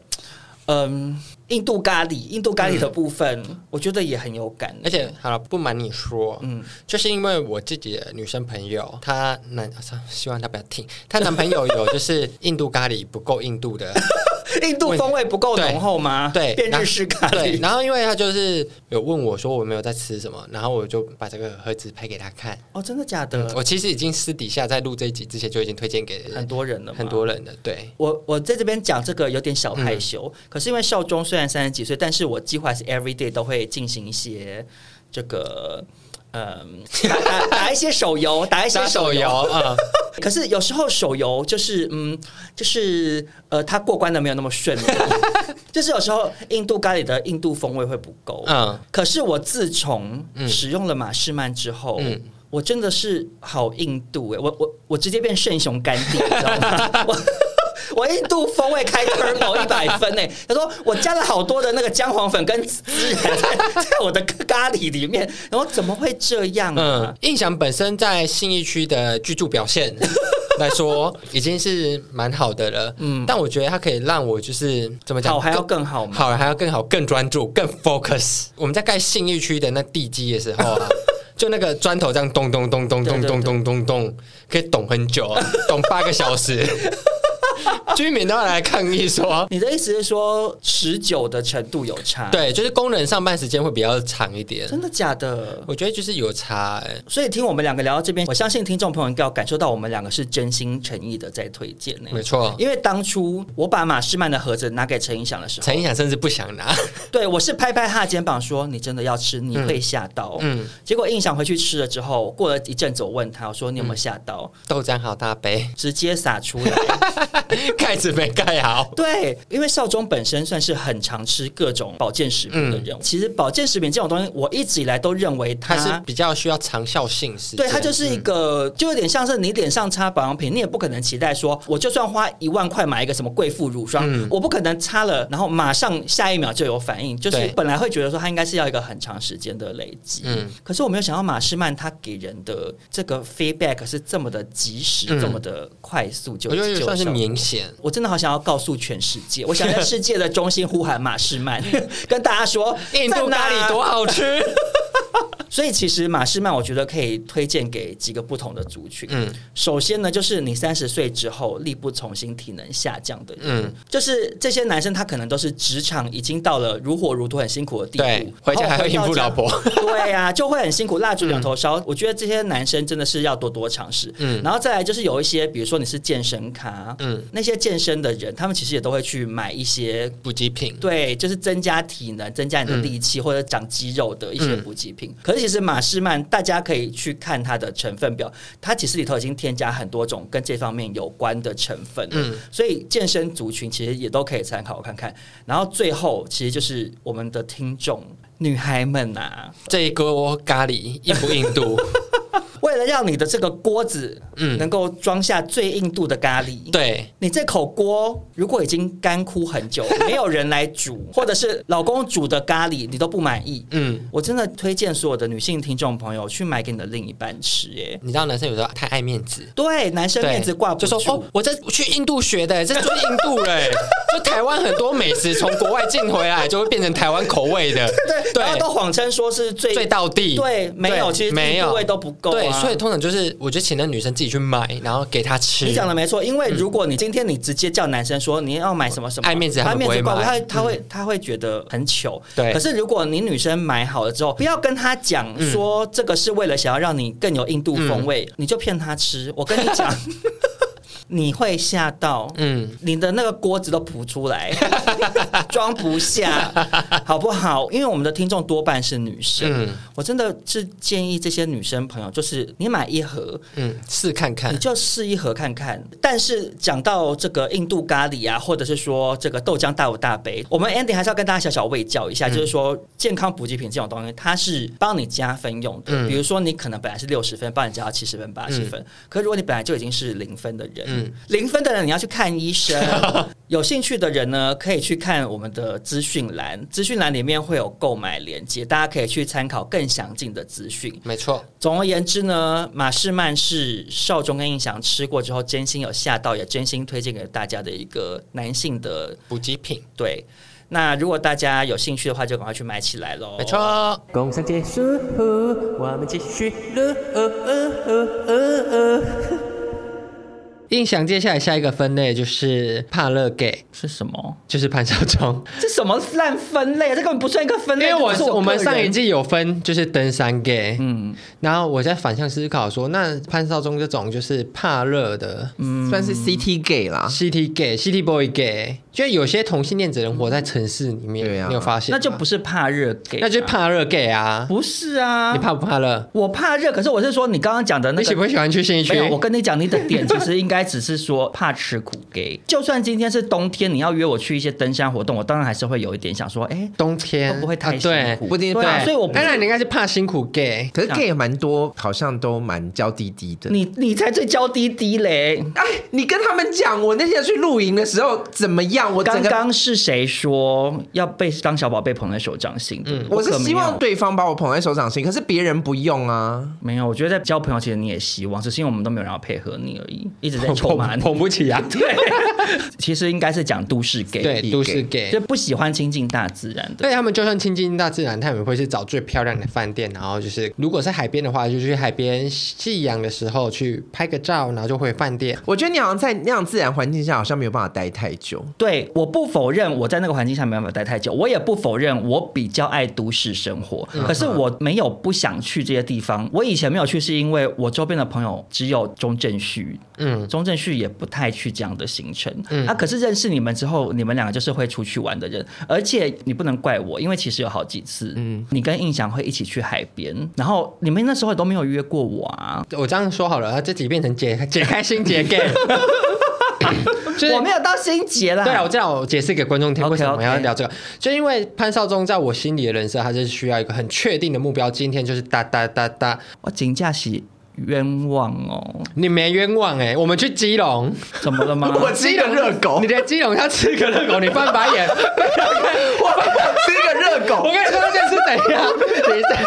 嗯，印度咖喱，印度咖喱的部分，我觉得也很有感。
嗯而且好了，不瞒你说，嗯
嗯，
就是因为我自己的女生朋友，她男，希望她不要听，她男朋友有就是印度咖喱不够印度 的，
印度风味不够浓厚吗？
对，
变
然后
日式咖
对，
喱。
然后因为她就是有问我说我没有在吃什么，然后我就把这个盒子拍给她看。
哦，真的假的？
嗯我其实已经私底下在录这一集之前就已经推荐给
很多人了吗
很多人了，对，
我我在这边讲这个有点小害羞，
嗯
可是因为少中虽然三十几岁，但是我计划是 every day 都会进行一些这个。嗯，打打打一些手游，打一些
打手游啊，
可是有时候手游就是，嗯，就是呃，它过关的没有那 么顺利，就是有时候印度咖喱的印度风味会不够。
嗯，
可是我自从使用了马士曼之后，
嗯
我真的是好印度哎、我我我直接变圣雄甘地，你知道吗？ 我我印度风味开 turbo 一百分哎、他说我加了好多的那个姜黄粉跟孜然在在我的咖喱里面，然后怎么会这样啊？
嗯，印象本身在信义区的居住表现 来说，已经是蛮好的了。嗯，但我觉得它可以让我就是怎么讲，
好还要更好吗
好还要更好，更专注，更 focus。我们在盖信义区的那地基的时候 啊。就那个砖头这样咚咚咚咚咚咚咚咚咚，可以咚很久 啊，咚八个小时， 居民都要来抗议 说，
你的意思是说持久的程度有差？，
对，就是工人上班时间会比较长一点。
真的假的？
我觉得就是有差、欸，
所以听我们两个聊到这边，我相信听众朋友应该有感受到我们两个是真心诚意的在推荐呢、
没错。
因为当初我把马士曼的盒子拿给陈映响 的时候，
陈意想甚至不想拿，
对我是拍拍他的肩膀说：“你真的要吃，你会吓到。嗯”结果映响回去吃了之后，过了一阵子，我问他我说：“你有没有吓到？”
豆浆好大杯，
直接撒出来。
盖子没盖好。
对，因为少中本身算是很常吃各种保健食品的人。其实保健食品这种东西，我一直以来都认为
嗯它是比较需要长效性时间，
啊对，它就是一
嗯
个，就有点像是你脸上擦保养品，你也不可能期待说，我就算花一万块买一个什么贵妇乳霜，
嗯
我不可能擦了，然后马上下一秒就有反应。就是
对
本来会觉得说它应该是要一个很长时间的累积，
嗯
可是我没有想到马士曼它给人的这个 feedback 是这么的及时，
嗯
这么的快速就
我觉得也
就
算是
有效
明显。
我真的好想要告诉全世界，我想在世界的中心呼喊马 士曼，跟大家说，
印度咖喱多好吃，
所以其实马士曼，我觉得可以推荐给几个不同的族群。
嗯
嗯，首先呢，就是你三十岁之后力不从心、体能下降的人，
嗯，
就是这些男生他可能都是职场已经到了如火如荼、很辛苦的地
对
步，
回家还要应付
然
老
后回
婆嗯
到家。 对呀、就会很辛苦，蜡烛两头烧。我觉得这些男生真的是要多多尝试。嗯，然后再来就是有一些，比如说你是健身咖，
嗯
嗯，那些健身的人，他们其实也都会去买一些
补给品，
对，就是增加体能、增加你的力气、或者长肌肉的一些补给品。可是其实马士曼，大家可以去看它的成分表，它其实里头已经添加很多种跟这方面有关的成分。嗯，所以健身族群其实也都可以参考看看。然后最后，其实就是我们的听众。女孩们啊呐、
这一锅咖喱印不印 度？
为了让你的这个锅子，嗯，能够装下最硬度的咖喱，
对，
你这口锅如果已经干枯很久，没有人来煮，或者是老公煮的咖喱你都不满意，
嗯。
我真的推荐所有的女性听众朋友去买给你的另一半吃、耶。
你知道男生有时候太爱面子，
对，男生
对
面子挂不
就
住，
说哦，我这去印度学的，这就是印度嘞。就台湾很多美食从国外进回来，就会变成台湾口 味的。
对，然后都谎称说是最
最到地，
对，没有，其实
没
地
有
位都不够、啊，
对，
所以通常就是，我就请那女生自己去买，然后给她吃。
你讲的没错，因为如果你今天你直接叫男生说你要买什么什么
爱面子他
他
们
面子
不会
怪
买嗯
他他会他会觉得很糗。
对
可是如果你女生买好了之后，不要跟他讲说这个是为了想要让你更有印度风
嗯
味，你就骗他吃。我跟你 讲。你会吓到，嗯，你的那个锅子都扑出来， 装不下，好不好？因为我们的听众多半是女生，
嗯
我真的是建议这些女生朋友，就是你买一盒，
嗯，试看看
你。就试一盒看看。但是讲到这个印度咖喱啊，或者是说这个豆浆大有大杯，我们 Andy 还是要跟大家小小喂教一下，就是说健康补给品这种东西，它是帮你加分用的。比如说你可能本来是六十分，帮你加到七十分、八十分，可如果你本来就已经是零分的人，零分的人你要去看医生。有兴趣的人呢，可以去看我们的资讯栏，资讯栏里面会有购买链接，大家可以去参考更详尽的资讯。
没错，
总而言之呢，马士曼是少中跟印翔吃过之后，真心有吓到，也真心推荐给大家的一个男性的
补给品，
对。那如果大家有兴趣的话，就赶快去买起来喽。
没错。
工商结束，我们继续录。
呃
印象接下来下一个分类就是帕勒给，
是什么？
就是潘少 忠。
这什么烂分类啊？这根本不算一个分
因为
类。
我
这只是
我们
个人
上一季有分就是登山 gay，
嗯，
然后我在反向思考说，那潘少忠这种就是怕热的
嗯
算是 CT gay 啦。
city gay、city boy gay，就有些同性恋只能活在城市里面，
对啊
你有发现吗？
那就不是怕热给啊，
那就是怕热 gay 啊！
不是啊？
你怕不怕热？
我怕热，可是我是说你刚刚讲的那
你喜
个
不喜欢去新一区
没？有，我跟你讲，你的点其实应该只是说怕吃苦给。 就算今天是冬天，你要约我去一些登山活动，我当然还是会有一点想说，哎、
冬天
会不会太
啊
辛
对
苦？
不一定
对啊
对
所以我不
当然你应该是怕辛苦 gay。
可是 gay 蛮多，好像都蛮娇滴滴的。
你你才最娇滴滴嘞。
哎，你跟他们讲，我那天去露营的时候怎么样？我
刚
整个
刚是谁说要被当小宝贝捧在手掌心的？
嗯我是
可没
希望
有
对方把我捧在手掌心，可是别人不用啊。
没有，我觉得在交朋友，其实你也希望，只是因为我们都没有人要配合你而已，一直在 臭骂
捧
你。
捧不起啊！
对， 其实应该是讲都市 gay，
对，都市 gay
就。不喜欢亲近大自然的。
而且他们就算亲近大自然，他们也会是找最漂亮的饭店，然后就是如果是海边的话，就去海边夕阳的时候去拍个照，然后就回饭店。
我觉得你好像在那样自然环境下，好像没有办法待太久。
对，我不否认我在那个环境下没办法待太久，我也不否认我比较爱都市生活。可是我没有不想去这些地方。我以前没有去，是因为我周边的朋友只有中正旭，嗯，中正旭也不太去这样的行程。啊，可是认识你们之后，你们两个就是会出去玩的人，而且你不能怪我，因为其实有好几次，嗯，你跟印象会一起去海边，然后你们那时候也都没有约过我啊，
我这样说好了，他这集变成解解开心 结 gay，就是
我没有到心结啦。
对啊，我这样我解释给观众听
OK，
为什么我
OK
们要聊这个就因为潘少忠在我心里的人设，他是需要一个很确定的目标。今天就是哒哒哒哒，
我请假是冤枉哦，
你没冤枉哎、我们去基隆，
怎么了吗？
我吃一个热狗
你，连基隆要吃个热狗，你翻白眼。
我吃一个热
我
狗。
跟你说那件事怎样？ 你在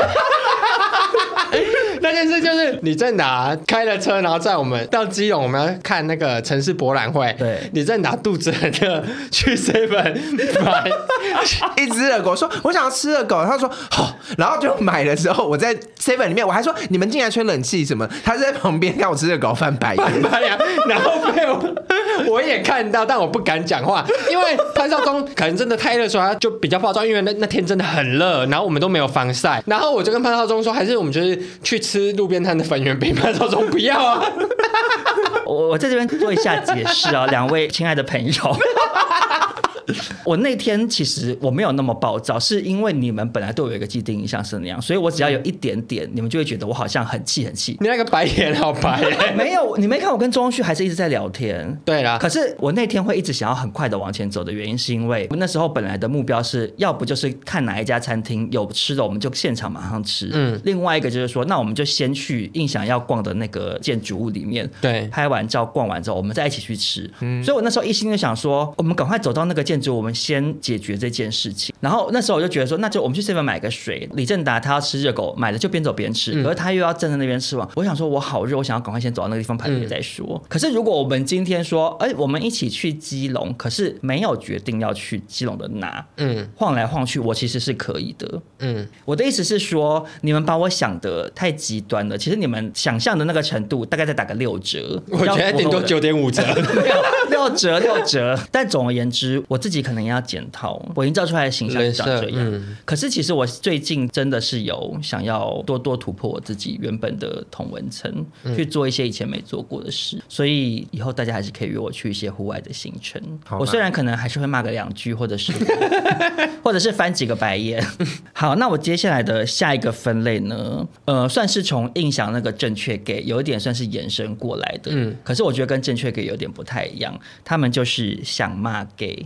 那件事就是李正达开了车，然后载我们到基隆，我们要看那个城市博览会。
对
李正达肚子很热，去 seven 买。
一只热狗，说我想要吃热狗，他说 好、然后就买的时候，我在 seven 里面，我还说你们进来吹冷气什么，他就在旁边看我吃热狗翻白 眼，
白眼，然后被我我也看到，但我不敢讲话，因为潘少忠可能真的太热，所以他就比较暴躁，因为那那天真的很热，然后我们都没有防晒，然后我就跟潘少忠说，还是我们就是去吃路边摊的粉圆饼，潘少忠不要啊，
我我在这边做一下解释啊，两位亲爱的朋友。我那天其实我没有那么暴躁，是因为你们本来对我有一个既定印象是那样，所以我只要有一点点，你们就会觉得我好像很气很 气。
你那个白眼好白、欸。
没有，你没看我跟钟旭还是一直在聊天。
对啊啦
可是我那天会一直想要很快的往前走的原因，是因为我那时候本来的目标是要不就是看哪一家餐厅有吃的，我们就现场马上吃。嗯，另外一个就是说，那我们就先去印象要逛的那个建筑物里面，
对
拍完照逛完之后，我们再一起去吃。嗯，所以我那时候一心就想说，我们赶快走到那个建建筑，我们先解决这件事情。然后那时候我就觉得说，那就我们去 seven 买个水。李正达他要吃热狗，买了就边走边吃，可是他又要站在那边吃完。我想说，我好热，我想要赶快先走到那个地方排队再说。可是如果我们今天说，哎、我们一起去基隆，可是没有决定要去基隆的哪，
嗯
晃来晃去，我其实是可以的。
嗯，
我的意思是说，你们把我想的太极端了。其实你们想象的那个程度，大概再打个六折，
我觉得顶多
比较符合我的
九点 五折。
没有六折六折。但总而言之，我自己可能也要检讨，我营造出来的形象是长这
人
样。
设嗯
可是其实我最近真的是有想要多多突破我自己原本的同文层，
嗯
去做一些以前没做过的事。所以以后大家还是可以约我去一些户外的行程。
好吧
我虽然可能还是会骂个两句，或者是 或者是翻几个白眼。好，那我接下来的下一个分类呢，呃，算是从印象那个正确给有一点算是延伸过来的，嗯，可是我觉得跟正确给有点不太一样，他们就是想骂 gay，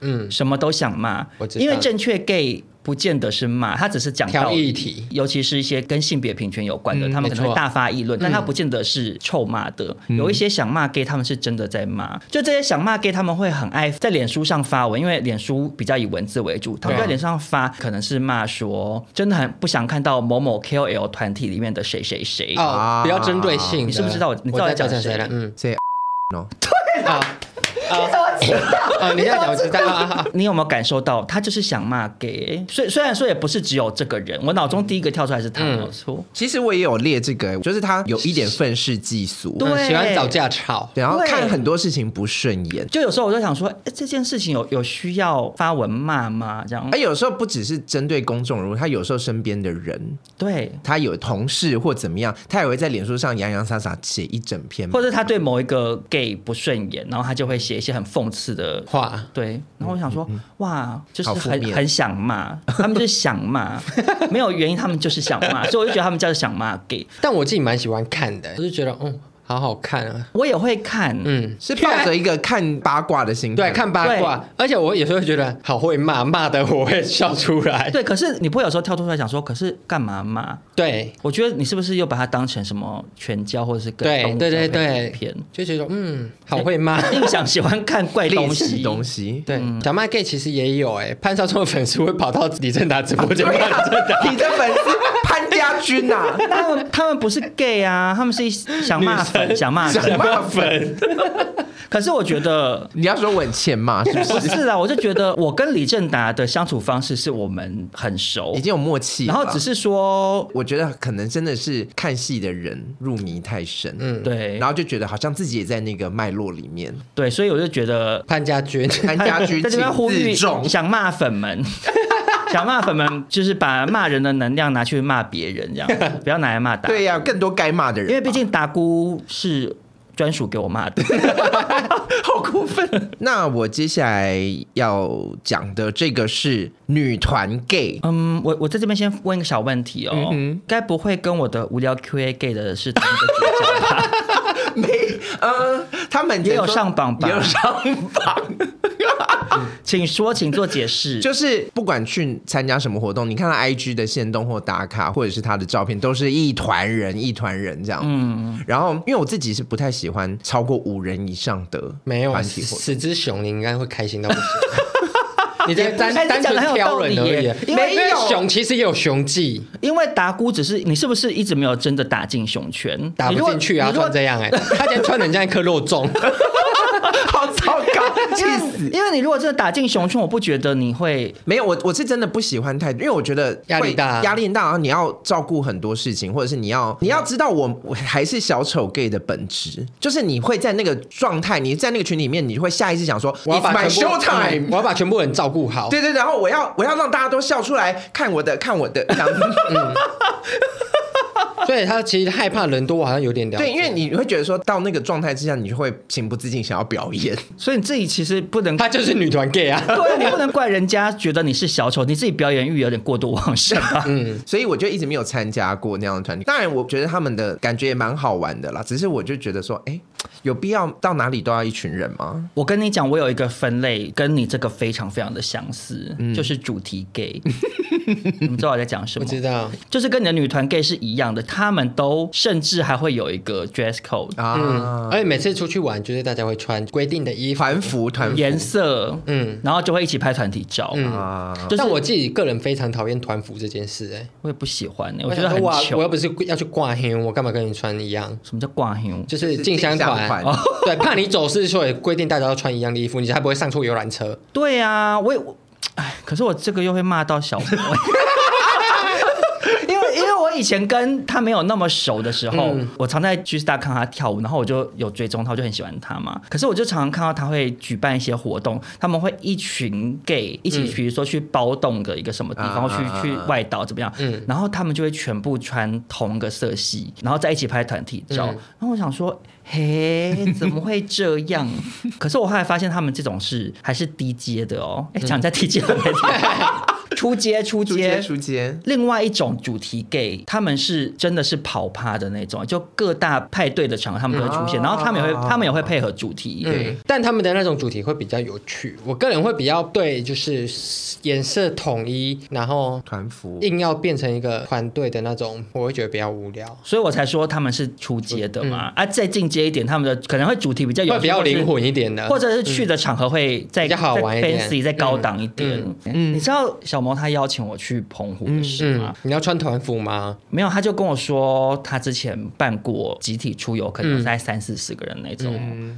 嗯，什么都想骂
我，知道
因为正确 gay。不见得是骂，他只是讲
挑
到
议题，嗯
尤其是一些跟性别平权有关的，他们可能
没错
会
嗯
大发议论，但他不见得是臭骂的。有一些想骂 gay，他们是真的在骂。就这些想骂 gay，他们会很爱在脸书上发文，因为脸书比较以文字为主，他
啊
们在脸书上发可能是骂说，真的很不想看到某某 KOL 团体里面的谁谁谁。
哦，比较针对性的，
啊你是不是知道我你知道
我
我
在
在讲
讲
谁啊
谁了？ 嗯，
这喏
啊啊，哦，你要讲我知 道啊，啊啊
你有没有感受到他就是想骂 gay？虽虽然说也不是只有这个人，我脑中第一个跳出来是他，没有错。
其实我也有列这个、欸，就是他有一点愤世嫉俗，
对
嗯喜欢找架吵，
然后
对
看很多事情不顺眼。
就有时候我就想说，哎、这件事情有有需要发文骂吗？这样哎
而，有时候不只是针对公众人物，他有时候身边的人，
对，
他有同事或怎么样，他也会在脸书上洋洋洒洒写一整篇。
或者他对某一个 gay 不顺眼，然后他就会写一些很讽刺的
话。
对，然后我想说，哇，就是
嗯好负
很
面
很想骂，他们就是想 骂，没有原因，他们就是想骂，所以我就觉得他们叫想骂 gay。
但我自己蛮喜欢看的，我就觉得，嗯，好好看啊，
我也会看，
嗯，
是抱着一个看八卦的心态，
对，看八卦，而且我有时候会觉得好会骂，骂的我会笑出来，
对，可是你不会有时候跳出来讲说，可是干嘛骂？
对
我觉得你是不是又把它当成什么全教或者是跟
对
动物
对对
交配
对
片？
就觉得嗯，好会骂。
印象喜欢看怪
猎
东
奇
西，
东西。
对，
嗯
小麦 gay 其实也有哎、潘少聪的粉丝会跑到李正达直
啊
播间骂李正达，
你的粉丝潘家军呐、 啊，
他们他们不是 gay 啊，他们是一想骂粉，想骂
想
啊粉。
骂粉，
可是我觉得
你要说我很欠骂是不
不
是？
是啦，啊我就觉得我跟李正达的相处方式是我们很熟
已，经有默契了，
然后只是说，
我觉得可能真的是看戏的人入迷太深，嗯，
对
然后就觉得好像自己也在那个脉络里 面。
对，所以我就觉得
潘家 军，
潘家军
在这边呼吁
请自重，
想骂粉们。 想骂粉们，就是把骂人的能量拿去骂别人，这 样不要拿来骂达，
对呀、更多该骂的人吧，
因为毕竟达姑是专属给我骂 的。
好过分。那我接下来要讲的这个是女团 gay，
嗯，我我在这边先问一个小问题
嗯
哦，该不会跟我的无聊 Q&A gay 的是同一个主角吧？
没，呃，他们
也有上榜吧
也有上榜。
请说，请做解释。
就是不管去参加什么活动，你看他 IG 的线动或打卡，或者是他的照片，都是一团人一团人这样。嗯，然后因为我自己是不太喜欢超过五人以上的
没有啊，
团体活动。
十只熊你应该会开心到不 行。你在单
哎这
单
讲得很
纯
有
挑
道
人
理
而已
耶
啊，
因为
因为熊其实也有熊技，
因为达姑只是你是不是一直没有真的打进熊圈？
打不进去啊，
你如果
穿这样哎、他今天穿的像一颗肉 粽，
好糟糕，气死！
因为因为你如果真的打进熊圈，我不觉得你会。
没有，我我是真的不喜欢太，因为我觉得
压力大
会压力很大，然后你要照顾很多事情，或者是你要你要知道我，我还是小丑 gay 的本质，就是你会在那个状态，你在那个群里面，你会下意识想说
我要
，It's
把
my
全部
show time，、
嗯我要把全部人照顾好。
对对，对然后我要我要让大家都笑出来，看我的，看我的，这样 子。
嗯所以他其实害怕人多，我好像有点了解。
对，因为你会觉得说到那个状态之下，你就会情不自禁想要表演。
所以你自己其实不能，
他就是女团 gay 啊。
对，你不能怪人家觉得你是小丑，你自己表演欲有点过度旺盛啊吧？
所以我就一直没有参加过那样的团体。当然，我觉得他们的感觉也蛮好玩的啦，只是我就觉得说，哎，有必要到哪里都要一群人吗？
我跟你讲，我有一个分类跟你这个非常非常的相似，就是主题 gay。你们知道我在讲什
我
么？
知道，
就是跟你的女团 gay 是一样的，他们都甚至还会有一个 dress code，嗯
啊，
而且每次出去玩，就是大家会穿规定的衣服。
团
嗯
服团服
颜色，
嗯
嗯，然后就会一起拍团体照，嗯，
啊，
就是
但
我
我自己个人非常讨厌团服这件事、哎，
我也不喜欢、欸，我觉得
想
很
说哇我又
糗。
不是要去挂黑，我干嘛跟你穿一样？
什么叫挂胸？
就是进香
进香
团，
哦
团
对，怕你走失，所以规定大家要穿一样的衣服，你才不会上错游览车。
对啊，我也我，哎，可是我这个又会骂到小魔。 因为因为我以前跟他没有那么熟的时候，
嗯
我常在 G Star 看他跳舞，然后我就有追踪他，我就很喜欢他嘛。可是我就常常看到他会举办一些活动，他们会一群 gay 一起，比如说去包栋的一个什么地
嗯啊
方，或去
啊
去
啊
外岛怎么样，然后他们就会全部穿同一个色系，然后在一起拍团体
嗯
照。然后我想说。嘿，怎么会这样？ 可是我后来发现，他们这种事还是低阶的哦。哎，讲在低阶的没 错，初阶，初
书接
阶，
书接，
另外一种主题 gay，他们是真的是跑趴的那种，就各大派对的场合他们都会出现，
嗯
然后他们也
啊
会他们也会配合主题。
嗯，但他们的那种主题会比较有趣。我个人会比较对，就是颜色统一，然后
团服
硬要变成一个团队的那种，我会觉得比较无聊。
所以我才说他们是出街的嘛，啊，再进阶一点，他们的可能会主题比哎较有
嗯会
趣，
比较
或是
灵活一点的，
或者是去的场合会再
比较好玩一点嗯
再 fancy 再高档一点。你知道小毛他邀请我去澎湖的事吗？
嗯，你要穿团服吗？
没有，他就跟我说他之前办过集体出游，可
嗯
能在三四十个人那种。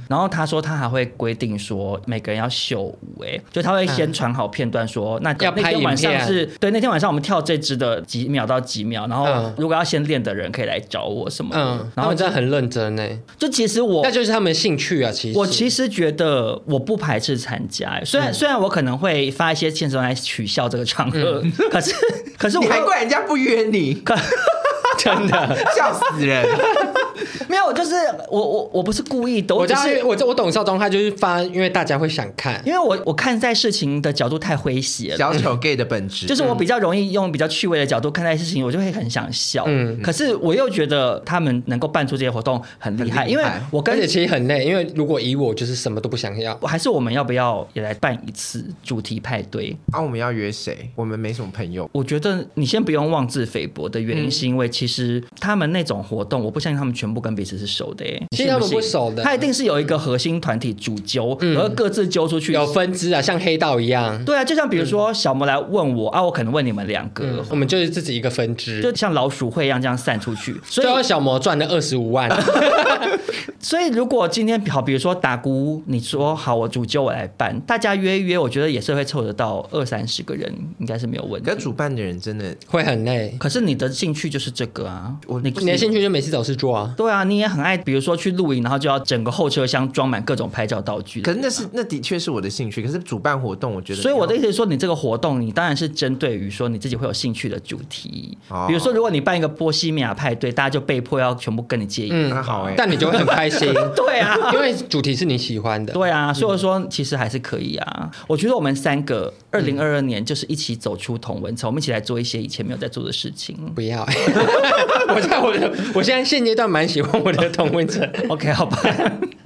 然后他说他还会规定说每个人要秀舞、哎，就他会先传好片段说，那
要
那
拍
天
影
晚上
片
是对那天晚上我们跳这支的几秒到几秒，然后
嗯
如果要先练的人可以来找我什么的。
嗯，然
然
后
后
真的很认真呢，
就其实我
那就是他们的兴趣啊。其实
我其实觉得我不排斥参加、欸
嗯
虽然、虽然我可能会发一些现实来取笑这个场合，
嗯
可是可是我
你 还怪人家不约你，
真的，
笑死 人！
没有，我就是我我我不是故意的，
我
只
知道
是，
我我懂少东，他就是发，因为大家会想看，
因为我我看待事情的角度太诙谐
嗯
了。
小丑 gay 的本质
就是我比较容易用比较趣味的角度看待事情，我就会很想笑。
嗯
嗯，可是我又觉得他们能够办出这些活动很厉害，
很厉害
因为我
而
跟
且其实很累，因为如果以我就是什么都不想要。
还是我们要不要也来办一次主题派对？
啊，我们要约谁？我们没什么朋友，
我觉得你先不用妄自菲薄的
嗯
原因，是因为其实他们那种活动，我不相信他们全部跟彼此是熟的、欸。
其实他们不
信
熟的嗯
他一定是有一个核心团体主揪，然后各自揪出去
有分支啊，像黑道一
嗯
样，
对啊，就像比如说小魔来问我、啊，我可能问你们两个，
嗯
我们就是自己一个分支。
嗯就像老鼠会一样这样散出去。所
最后
啊
以，
小魔赚了二十五 万，
所以如果今天好，比如说打鼓，你说好，我主揪我来办，大家约一约，我觉得也是会凑得到二三十个人，应该是没有问
可
题。
主办的人真的
会很累。
可是你的兴趣就是这个啊，你
你的兴趣就没事找事做啊。
对啊，你也很爱，比如说去露营，然后就要整个后车厢装满各种拍照道具。
可是那是那的确是我的兴趣，可是主办活动我觉得，
所以我的意思是说，你这个活动，你当然是针对于说你自己会有兴趣的主题
哦。
比如说，如果你办一个波西米亚派对，大家就被迫要全部跟你接应。
那好哎，
但你就会很开 心，
对啊，
因为主题是你喜欢的。
对啊，所以我说其实还是可以啊。我觉得我们三个二零二二年就是一起走出同文层，我们一起来做一些以前没有在做的事情。
不要， 我在我的，我现在现阶段蛮喜欢我的同温层。
OK，好吧。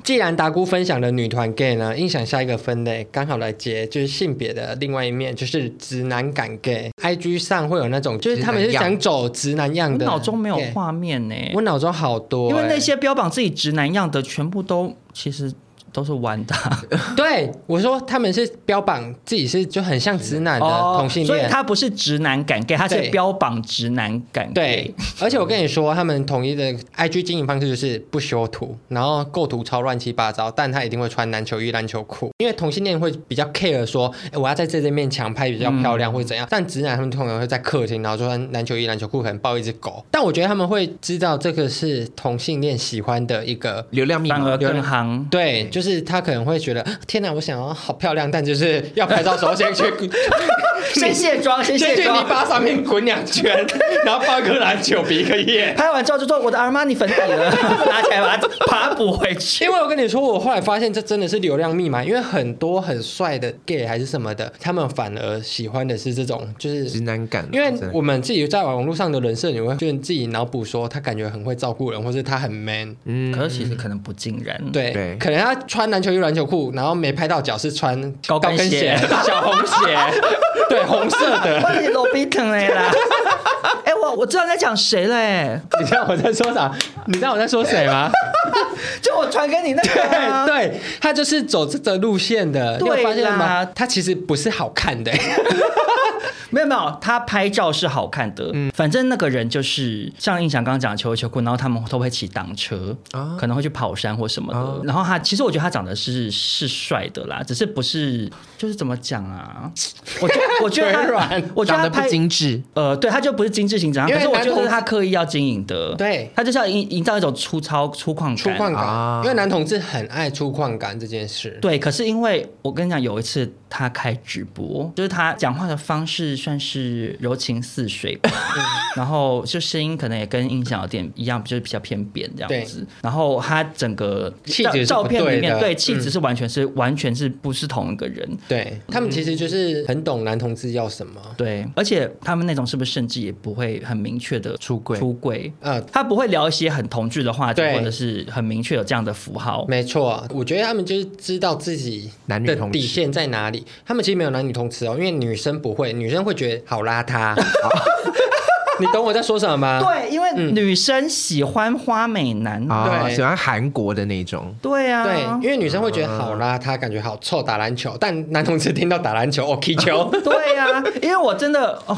既然达姑分享了女团 gay 呢，映响下一个分类，刚好来接就是性别的另外一面，就是直男感 gay。IG 上会有那种，就是他们是
直男样
想走直男样
我
的。
脑中没有
gay
画面呢、
我脑中好多、
因为那
欸
些标榜自己直男样的，全部都其实都是玩的啊、
对我说他们是标榜自己是就很像直男的同性
哦所以
恋。
他不是直男感 gay，他是
对
标榜直男感 gay
对。，而且我跟你说，他们统一的 IG 经营方式就是不修图，然后构图超乱七八糟，但他一定会穿篮球衣、篮球裤，因为同性恋会比较 care 说，哎，我要在这这面墙拍比较漂亮或者怎样，但直男他们通常会在客厅，然后穿篮球衣、篮球裤，可能抱一只狗，但我觉得他们会知道这个是同性恋喜欢的一个
流量密
反而
码
更行。
对，就是他可能会觉得，啊天哪，我想要好漂亮，但就是要拍照的时候先去
先卸 妆，先
先
卸
去泥
妆。
巴上面滚两圈，然后抱一颗篮球比一个耶。
拍完照就说我的阿玛尼粉底了， 拿起来把它把它补回去。
因为我跟你说，我后来发现这真的是流量密码，因为很多很帅的 gay 还是什么的，他们反而喜欢的是这种，就是
直男
啊
感，
因为
真的
我们自己在网络上的人设，你会就是自己脑
嗯
补说他感觉很会照顾人，或是他很 man，
可是其实可能不尽然。。
嗯对，
对
可能他穿篮球衣、篮球裤，然后没拍到脚是穿
高跟
跟
鞋小红鞋，
对，红色的。
我是罗宾腾哎 啦。哎、我我知道你在讲谁嘞、
你知道我在说啥？你知道我在说谁吗？
就我传给你那个、啊，
对， 对，他就是走这个路线的。你有
对
发现吗
啦？
他其实不是好看的。
没有没有，他拍照是好看的，反正那个人就是像印象刚刚讲的秋衣秋裤，然后他们都会骑挡车，可能会去跑山或什么的。然后他其实我觉得他长得是是帅的啦，只是不是就是怎么讲啊？我觉我觉
嘴
得 他
软，
我觉
长
得
得
他
不
拍。
精致，
呃，对，他就不是精致型长相，
因为
可是我觉
男同
得
志
他刻意要经营的，
对
他就是要营营造一种粗糙粗犷感，
粗犷
啊
感，因为男同志很爱粗犷感这件事。
对，可是因为我跟你讲，有一次他开直播，就是他讲话的方式算是柔情似水 吧，
嗯
然后就声音可能也跟音响有点一样，就是比较偏扁这
对
样子。然后他整个
气
照
质是
照
不
片
对
里面，
的嗯
对气质是完全是、完全是不是同一个人。
对，他们其实就是很懂男同志要什么。
对，而且他们那种是不是甚至也不会很明确的
出柜
出柜，
呃，
他不会聊一些很同志的话题，
对啊
或者是很明确有这样的符号。
没错，我觉得他们就是知道自己
男女
的
通吃
底线在哪里。他们其实没有男女通吃哦，因为女生不会，女生会觉得好邋 遢。你懂我在说什么吗？
对，因为女生喜欢花美男啊，
啊，
对
喜欢韩国的那种。
对啊，，
对，因为女生会觉得好邋遢，感觉好臭，打篮球。但男同志听到打篮球，哦，踢球
对呀、因为我真的哦。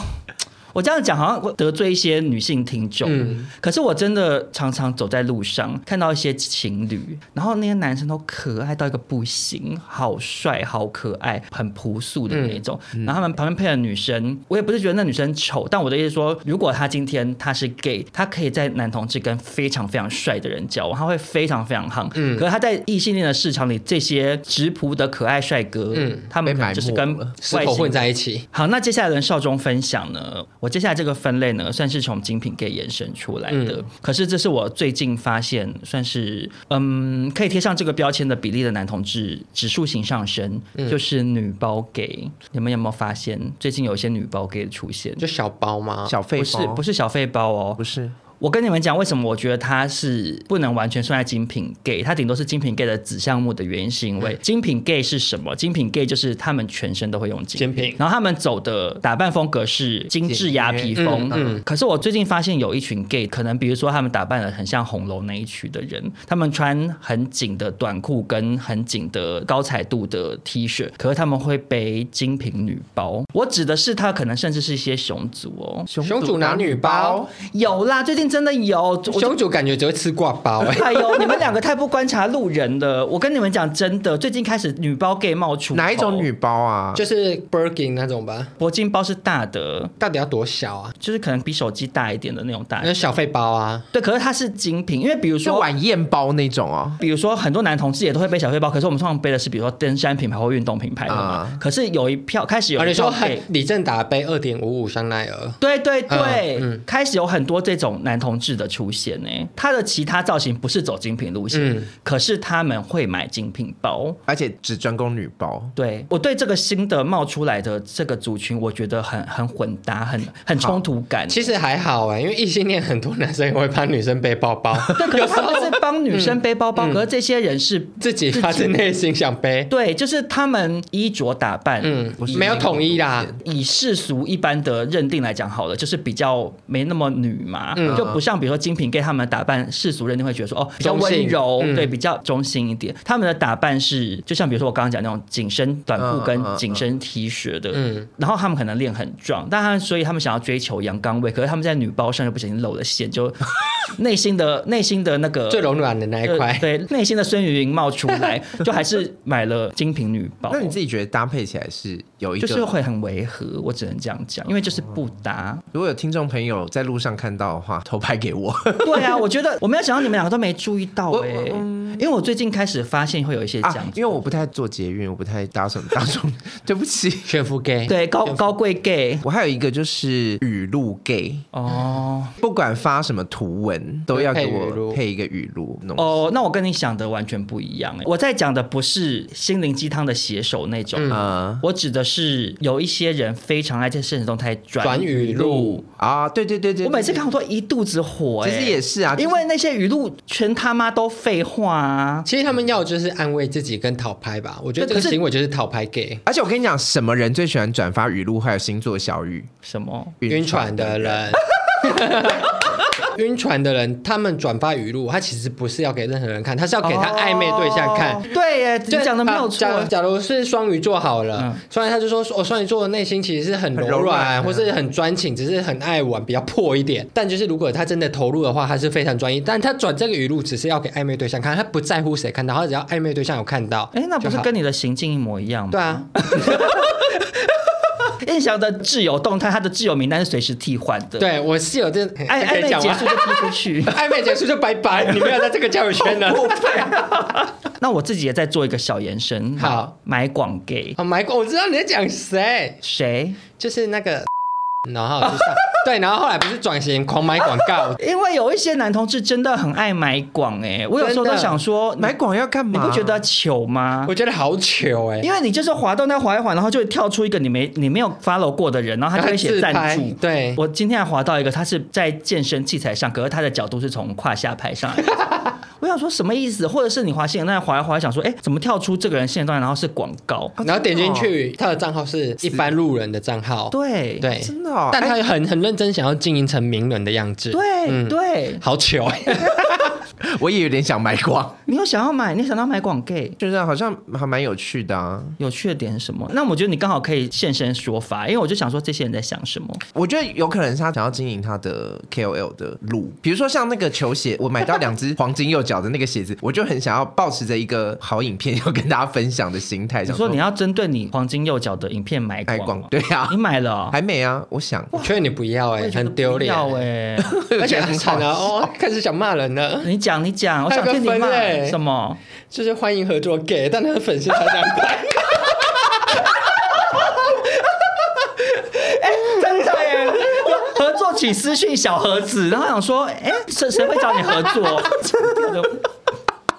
我这样讲好像会得罪一些女性听众，
嗯
可是我真的常常走在路上看到一些情侣，然后那些男生都可爱到一个不行，好帅、好可爱，很朴素的那种。然后他们旁边配的女生，我也不是觉得那女生丑，但我的意思说，如果他今天他是 gay，他可以在男同志跟非常非常帅的人交往，他会非常非常夯。嗯，可是他在异性恋的市场里，这些直朴的可爱帅哥，
嗯
他们
被
可
埋
能就是
没
跟
了
石
外
头
形
混在一起。
好，那接下来的少中分享呢？我接下来这个分类呢，算是从精品给延伸出来的。可是这是我最近发现，算是嗯，可以贴上这个标签的比例的男同志指数型上升，就是女包给。你们有没有发现，最近有一些女包给的出现？
就小包吗？
小费
不是不
是
是小费包哦
不，是
我跟你们讲，为什么我觉得它是不能完全算在精品 gay，它顶多是精品 gay 的子项目的原因，是因为精品 gay 是什么？精品 gay 就是他们全身都会用精
精品
然后他们走的打扮风格是精致雅痞风。
嗯嗯
可是我最近发现有一群 gay，可能比如说他们打扮的很像红楼那一区的人，他们穿很紧的短裤跟很紧的高彩度的 T 恤，可是他们会背精品女包。我指的是他可能甚至是一些熊族哦，
熊主拿女包，
有啦，最近真的有，我就
熊主感觉只会吃挂包、哎
哎呦，你们两个太不观察路人了！我跟你们讲，真的，最近开始女包 gay 冒出头
哪一种女？包啊？
就是 Birkin 那种吧？
铂金包是大的，
到底要多小啊？
就是可能比手机大一点的那种大
那。小费包啊，
对，可是它是精品，因为比如
就
说。
晚宴包那种哦。
比如说，很多男同志也都会背小背包，可是我们通常背的是，比如说登山品牌或运动品牌的嘛。
啊
可是有一票开始有哎
啊，
一
你
票
说
配，
很李正达杯二点五五香奈儿，
对对对，
嗯嗯
开始有很多这种男同志的出现呢、他的其他造型不是走精品路线，
嗯
可是他们会买精品包。
而且只专攻女包，
对我对这个新的冒出来的这个族群，我觉得很很混搭，很很冲突感。
其实还好哎、因为异性恋很多男生也会帮女生背包包，
对，可是他们是帮女生背包包，
嗯
可是这些人是
自己发自内心想背，
对，就是他们衣着打扮，
嗯
不是，
没有统一啦，
以世俗一般的认定来讲，好了，就是比较没那么女嘛，
嗯
就不像比如说精品 gay 他们的打扮，世俗认定会觉得说哦比较
中
温
性
柔，
嗯
对，比较中性一点。他们的打扮是就像比如说我刚刚讲那种紧身短裤
嗯
跟
嗯嗯
紧身 T 恤的，
嗯
然后他们可能练很壮，但他们所以他们想要追求阳刚味，可是他们在女包上又不小心露了线，就 内心的内心的那个
最柔软的那一块。
呃对内心的孙云云冒出 来，就还是买了精品女包。
那你自己觉得搭配起来是有一个？
就是会很违和，我只能这样讲，因为就是不搭。
如果有听众朋友在路上看到的话，偷拍给 我。
对啊，我觉得我没有想到你们两个都没注意到
哦我嗯
哎、因为我最近开始发现会有一些这样
啊，因为我不太做捷运，我不太搭什么大 众，对不起。
炫富
啊
gay，
对高高贵 gay
我还有一个就是语录 gay，
哦
不管发什么图文，都要给
配语
我
录
配一个语录。弄
哦，那我跟你想欸的完全不一样哎、我在讲的不是心灵鸡汤的写手那种。
啊，
我指的是有一些人非常爱在现实动态转
转语录。
啊，对对对对，
我每次看我都一肚子火、欸，
其实也是啊就是
因为那些语录全他妈都废话啊。
其实他们要的就是安慰自己跟讨拍吧，我觉得这个
可是
行为就是讨拍 gay。
而且我跟你讲，什么人最喜欢转发语录还有星座小语？
什么？
晕船的人，晕船的人，他们转发语录，他其实不是要给任何人看，他是要给他暧昧对象看。
哦对耶，你
就
啊讲的没有错
啊假。假如是双鱼座好了
嗯，
双、然鱼他就说，我、哦、双鱼座的内心其实是很
很
柔
柔软
软，或是很专情，只是很爱玩，比较破一点。但就是如果他真的投入的话，他是非常专一。但他转这个语录，只是要给暧昧对象看，他不在乎谁看到，他只要暧昧对象有看到。
哎，那不是
就好
跟你的行径一模一样吗？
对啊？
燕翔的挚友动态，他的挚友名单是随时替换的。，
对我室友这
暧
可
暧
以
昧
讲
结
吗。
束就踢出去
暧昧结束就拜拜，你不要在这个交友圈了。
那我自己也在做一个小延伸。
好，
买广给
哦，买过，我知道你在讲谁，
谁？
就是那个，然后就上对，然后后来不是转型狂买广告，
因为有一些男同志真的很爱买广哎、我有时
真
候都
的
想说，
买广要干
你
嘛？
不觉得糗吗
我？觉得好糗哎、
因为你就是滑动那滑一滑，然后就会跳出一个你没你没有 follow 过的人，然后他就会写赞
然后他自
助
拍。对
我今天还滑到一个，他是在健身器材上，可是他的角度是从胯下拍上来的。 我想说什么意思？或者是你滑线那滑一滑，想说，哎、怎么跳出这个人线段，然后是广告？
然后点进去，他的账号是一般路人的账号，
对
对，
真的哦
但他很很认真想要经营成名人的样子，
对、
嗯
对，
好糗哎、
我也有点想买广，
你有想要买，你想到买广 gay。
就是好像还蛮有趣的啊。
有趣的点是什么？那我觉得你刚好可以现身说法，因为我就想说这些人在想什么。
我觉得有可能是他想要经营他的 KOL 的路，比如说像那个球鞋，我买到两只黄金右脚的那个鞋子， 我就很想要保持着一个好影片要跟大家分享的心态。
你
想
说你要针对你黄金右脚的影片买
买
广
广
吗，
对啊
你，买了哦、
还没啊，我想
我劝你不要哎、很丢脸、
要哎、
而且很惨啊！
啊。
哦，开始想骂人了，
你讲你讲，我想听你
还有个
骂
分欸
什么？
就是欢迎合作 gay，但他的粉丝才两 百，
真的耶！啊合作请私讯小盒子，然后想说，哎、谁谁会找你合作？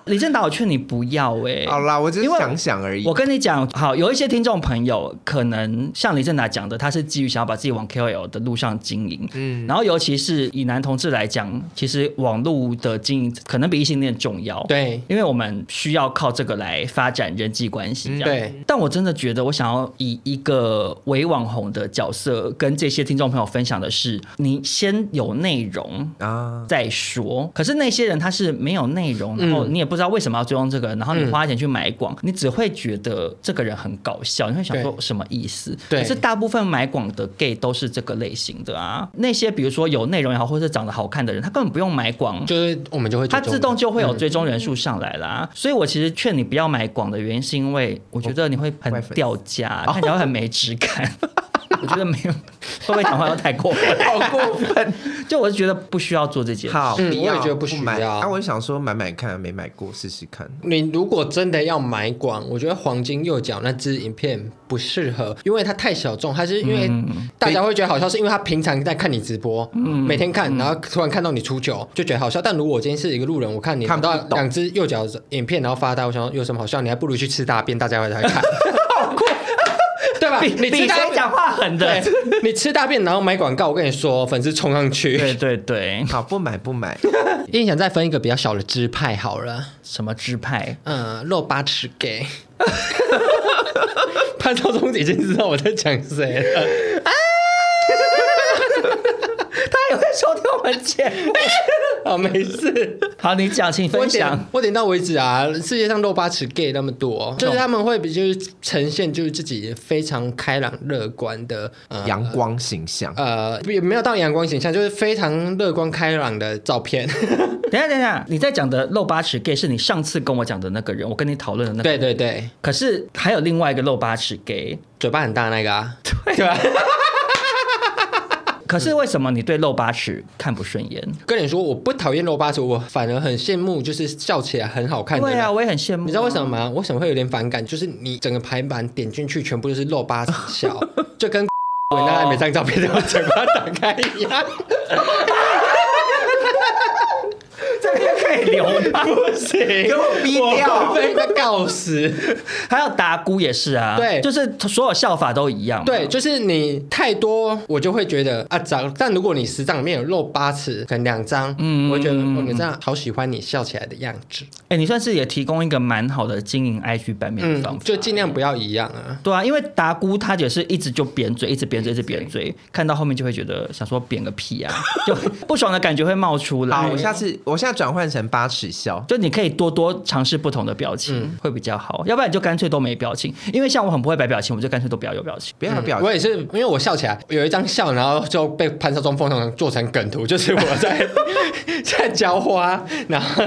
李正达，我劝你不要哎、
好啦，我只是
因为
想想而已
我。跟你讲，好，有一些听众朋友可能像李正达讲的，他是基于想要把自己往 KOL 的路上经营，嗯，然后尤其是以男同志来讲，其实网络的经营可能比异性恋重要，
对
因为我们需要靠这个来发展人际关系，这
嗯
样。
对。
但我真的觉得，我想要以一个伪网红的角色跟这些听众朋友分享的是，你先有内容，
啊，
再说。可是那些人他是没有内容，
嗯
然后你也不知道为什么要追踪这个人，然后你花钱去买广，你只会觉得这个人很搞笑，你会想说
对
什么意思？
对
可是大部分买广的 gay 都是这个类型的啊。那些比如说有内容也好，或是长得好看的人，他根本不用买广。
就是我们就会
他
追踪
自动就会有追踪人数上来啦，所以我其实劝你不要买广的原因，是因为我觉得你会很
怪粉丝
掉价，看起来会很没质感。 我觉得没有，会不会讲话又太过分？好过分！ 就我是觉得不需要做这件事。
好，
嗯
不
我也
要
觉得不需
买
要
啊，我就想说买买看，没买过试试看。
你如果真的要买广，我觉得黄金右脚那支影片不适合，因为它太小众。它是因为大家会觉得好笑，是因为他平常在看你直播，每天看，然后突然看到你出糗就觉得好笑。但如果我今天是一个路人，我看你
看不
到
懂
两只右脚影片，然后发呆，我想说有什么好笑？你还不如去吃大便，大家会来 看，对吧？
比
你吃
比
大
谁
便
讲话狠 的
对？，你吃大便然后买广告，我跟你说，粉丝冲上去。
对对对，
好，不买不买。
印象再分一个比较小的支派好了。
什么支派？
嗯，肉八尺 给。潘少忠已经知道我在讲谁 了，
他也会收听我们节目。
啊，没事，
好，你讲，请
我
分
点
享。
我点到为止啊。世界上肉八尺 gay 那么多，就是他们会比就是呈现就是自己非常开朗乐观的呃
阳光 形象，
呃，也没有到阳光形象，就是非常乐观开朗的照片。
等一下等一下，你在讲的露八尺 gay 是你上次跟我讲的那个人，我跟你讨论的那个。
对对对，
可是还有另外一个露八尺 gay，
嘴巴很大那个啊，对吧？
可是为什么你对露八尺看不顺眼？
跟你说，我不讨厌肉八尺，我反而很羡慕，就是笑起来很好看的
对
人。
啊，我也很羡慕。
你知道为什么？吗？我为什么会有点反感？就是你整个排版点进去，全部都是露八 小，就跟我那每张照 片都把嘴巴打开一样。
这边可以留吗？ 不行，
给我逼
我
掉。
被他告死。
还有打鼓也是啊，
对
就是所有笑法都一样。
对，，就是你太多，我就会觉得啊长。但如果你十张里面有露八次，可能两张，
嗯
我会觉得
嗯
我这样好喜欢你笑起来的样子。
哎，你算是也提供一个蛮好的经营 IG 版面的方
嗯，
法，
就尽量不要一样啊。
对啊，因为达姑她也是一直就扁嘴，一直扁嘴，一直扁嘴，看到后面就会觉得想说扁个屁啊， 就不爽的感觉会冒出
好，
来
我。下次我现在转换成八尺笑。
就你可以多多尝试不同的表情、会比较好，要不然你就干脆都没表情。因为像我很不会摆表情，我就干脆都不要有表情。
不要有表
我
情，
也是，因为我笑起来有一张笑，然后就被潘少忠疯狂做成梗图， 就是我在在浇花，然后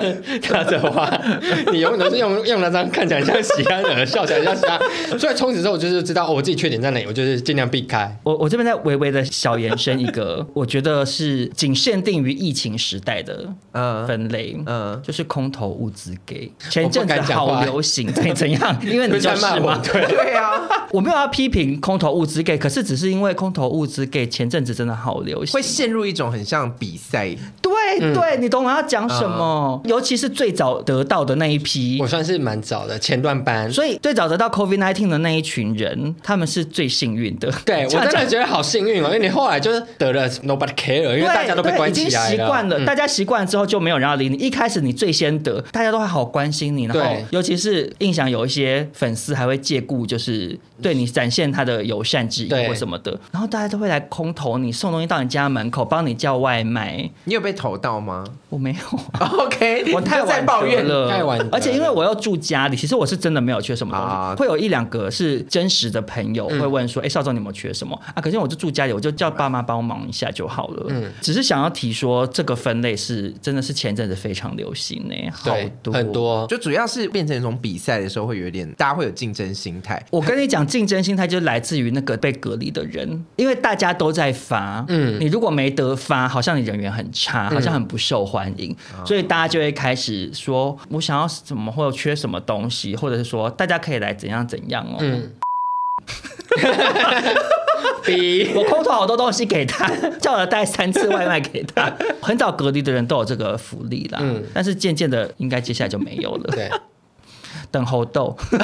拿着花， 你永远都是用用那张看起来像喜安人，笑起来像喜安，所以从此之后我就是知道、哦我自己缺点在哪里，我就是尽量避开。
我我这边再微微的小延伸一个， 我觉得是仅限定于疫情时代的
嗯
分类，
嗯，
就是空投物资给。前一阵子
敢讲话
好流行，怎怎样？因为你就
在骂
是
我
嘛，，
对，
对啊，
我没有要批评空投物资给，可是只是因为空投物资给前阵子真的好流行，
会陷入一种很像比赛，
对
嗯
对，你懂我要讲什么？尤其是最早得到的那一批
我，算是蛮早的前段班。
所以最早得到 COVID 1 9的那一群人，他们是最幸运的。
对，我
这样
真
讲
的觉得好幸运哦，因为你后来就是得了 nobody care，因为
对
大家都被
对
关
已经
起来
习惯了，
嗯
大家习惯了之后就没有人要理你。一开始你最先得，大家都还好关心你，然后
对
尤其是印象有一些粉丝还会借故就是对你展现他的友善之意
对
或什么的，然后大家都会来空投你，送东西到你家门口，帮你叫外卖。
你有被投到吗
我没有啊。
？OK，
我太
你就在
晚
抱
得
怨
了，
太晚得了
而且因为我要住家里，其实我是真的没有缺什么东西，
啊
会有一两个是真实的朋友会问说：“哎、少总你有没有缺什么啊？”可是我就住家里，我就叫爸妈帮忙一下就好了。嗯，只是想要提说，这个分类是真的是前阵子非常流行呢、好
对
多
很。 多，
就主要是变成一种比赛的时候，会有点大家会有竞争心态。
我跟你讲，竞争心态就是来自于那个被隔离的人，因为大家都在发，嗯，你如果没得发，好像你人缘很
嗯
差，好像很不受欢迎，
啊
所以大家就会开始说，我想要怎么或者缺什么东西，或者是说大家可以来怎样怎样哦。
嗯，逼
我空投好多东西给他，叫了带三次外卖给他。 很早隔离的人都有这个福利啦，
嗯
但是渐渐的，应该接下来就没有了。
对。
等猴豆，开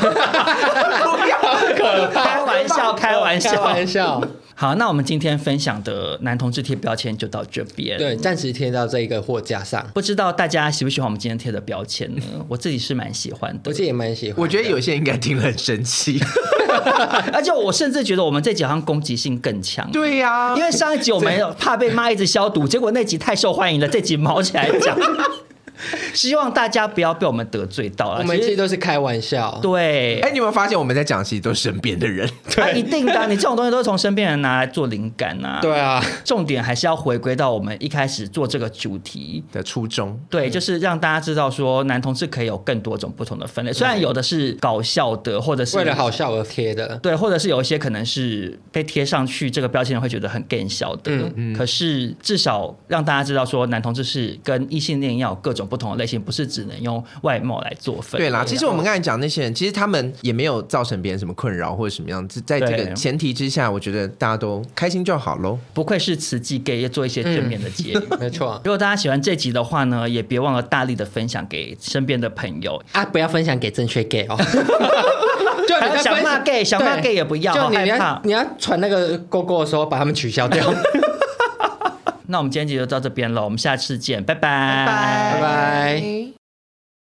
玩笑，开玩
开
笑，
玩笑。
好，那我们今天分享的男同志贴标签就到这边。
对，，暂时贴到这一个货架上，
不知道大家喜不喜欢我们今天贴的 标签呢？我自己是蛮喜欢
我
的
自，己也蛮喜欢的。
我觉得有些人应该听了很生 气。
而且我甚至觉得我们这集好像攻击性更强。
对呀、
啊
因为上一集我们有怕被骂一直 消毒，结果那集太受欢迎了，这集毛起来讲。希望大家不要被我们得罪到了。
我们
其
啊其实
实
都是开玩笑。
对，
哎、你有没有发现我们在讲，其实都是身边的人？
啊、一定的啊，你这种东西都是从身边人拿来做灵感啊。
对，啊，
重点还是要回归到我们一开始做这个主题。
的初衷。
对，就是让大家知道说，男同志可以有更多种不同的分类。虽然有的是搞笑的，或者是
为了好笑而贴的。
对，或者是有一些可能是被贴上去这个标签会觉得很更小的，
嗯
可是至少让大家知道说，男同志是跟异性恋要有各种不同的类型，不是只能用外貌来做分类。
对啦，其实我们刚才讲那些人，其实他们也没有造成别人什么困扰或者什么样子。在这
对
个前提之下，我觉得大家都开心就好喽。
不愧是慈济 gay，要做一些正
嗯
面的结语。
没错
如果大家喜欢这集的话呢，也别忘了大力的分享给身边的朋友。
啊，不要分享给正确 gay 哦。 就
还有想骂 gay，想骂 gay 也不要啊
就你
好害
你
怕
要你要传那个勾勾的时候，把他们取消 掉。
那我们今天集就到这边了，我们下次见，拜拜，
拜
拜
拜。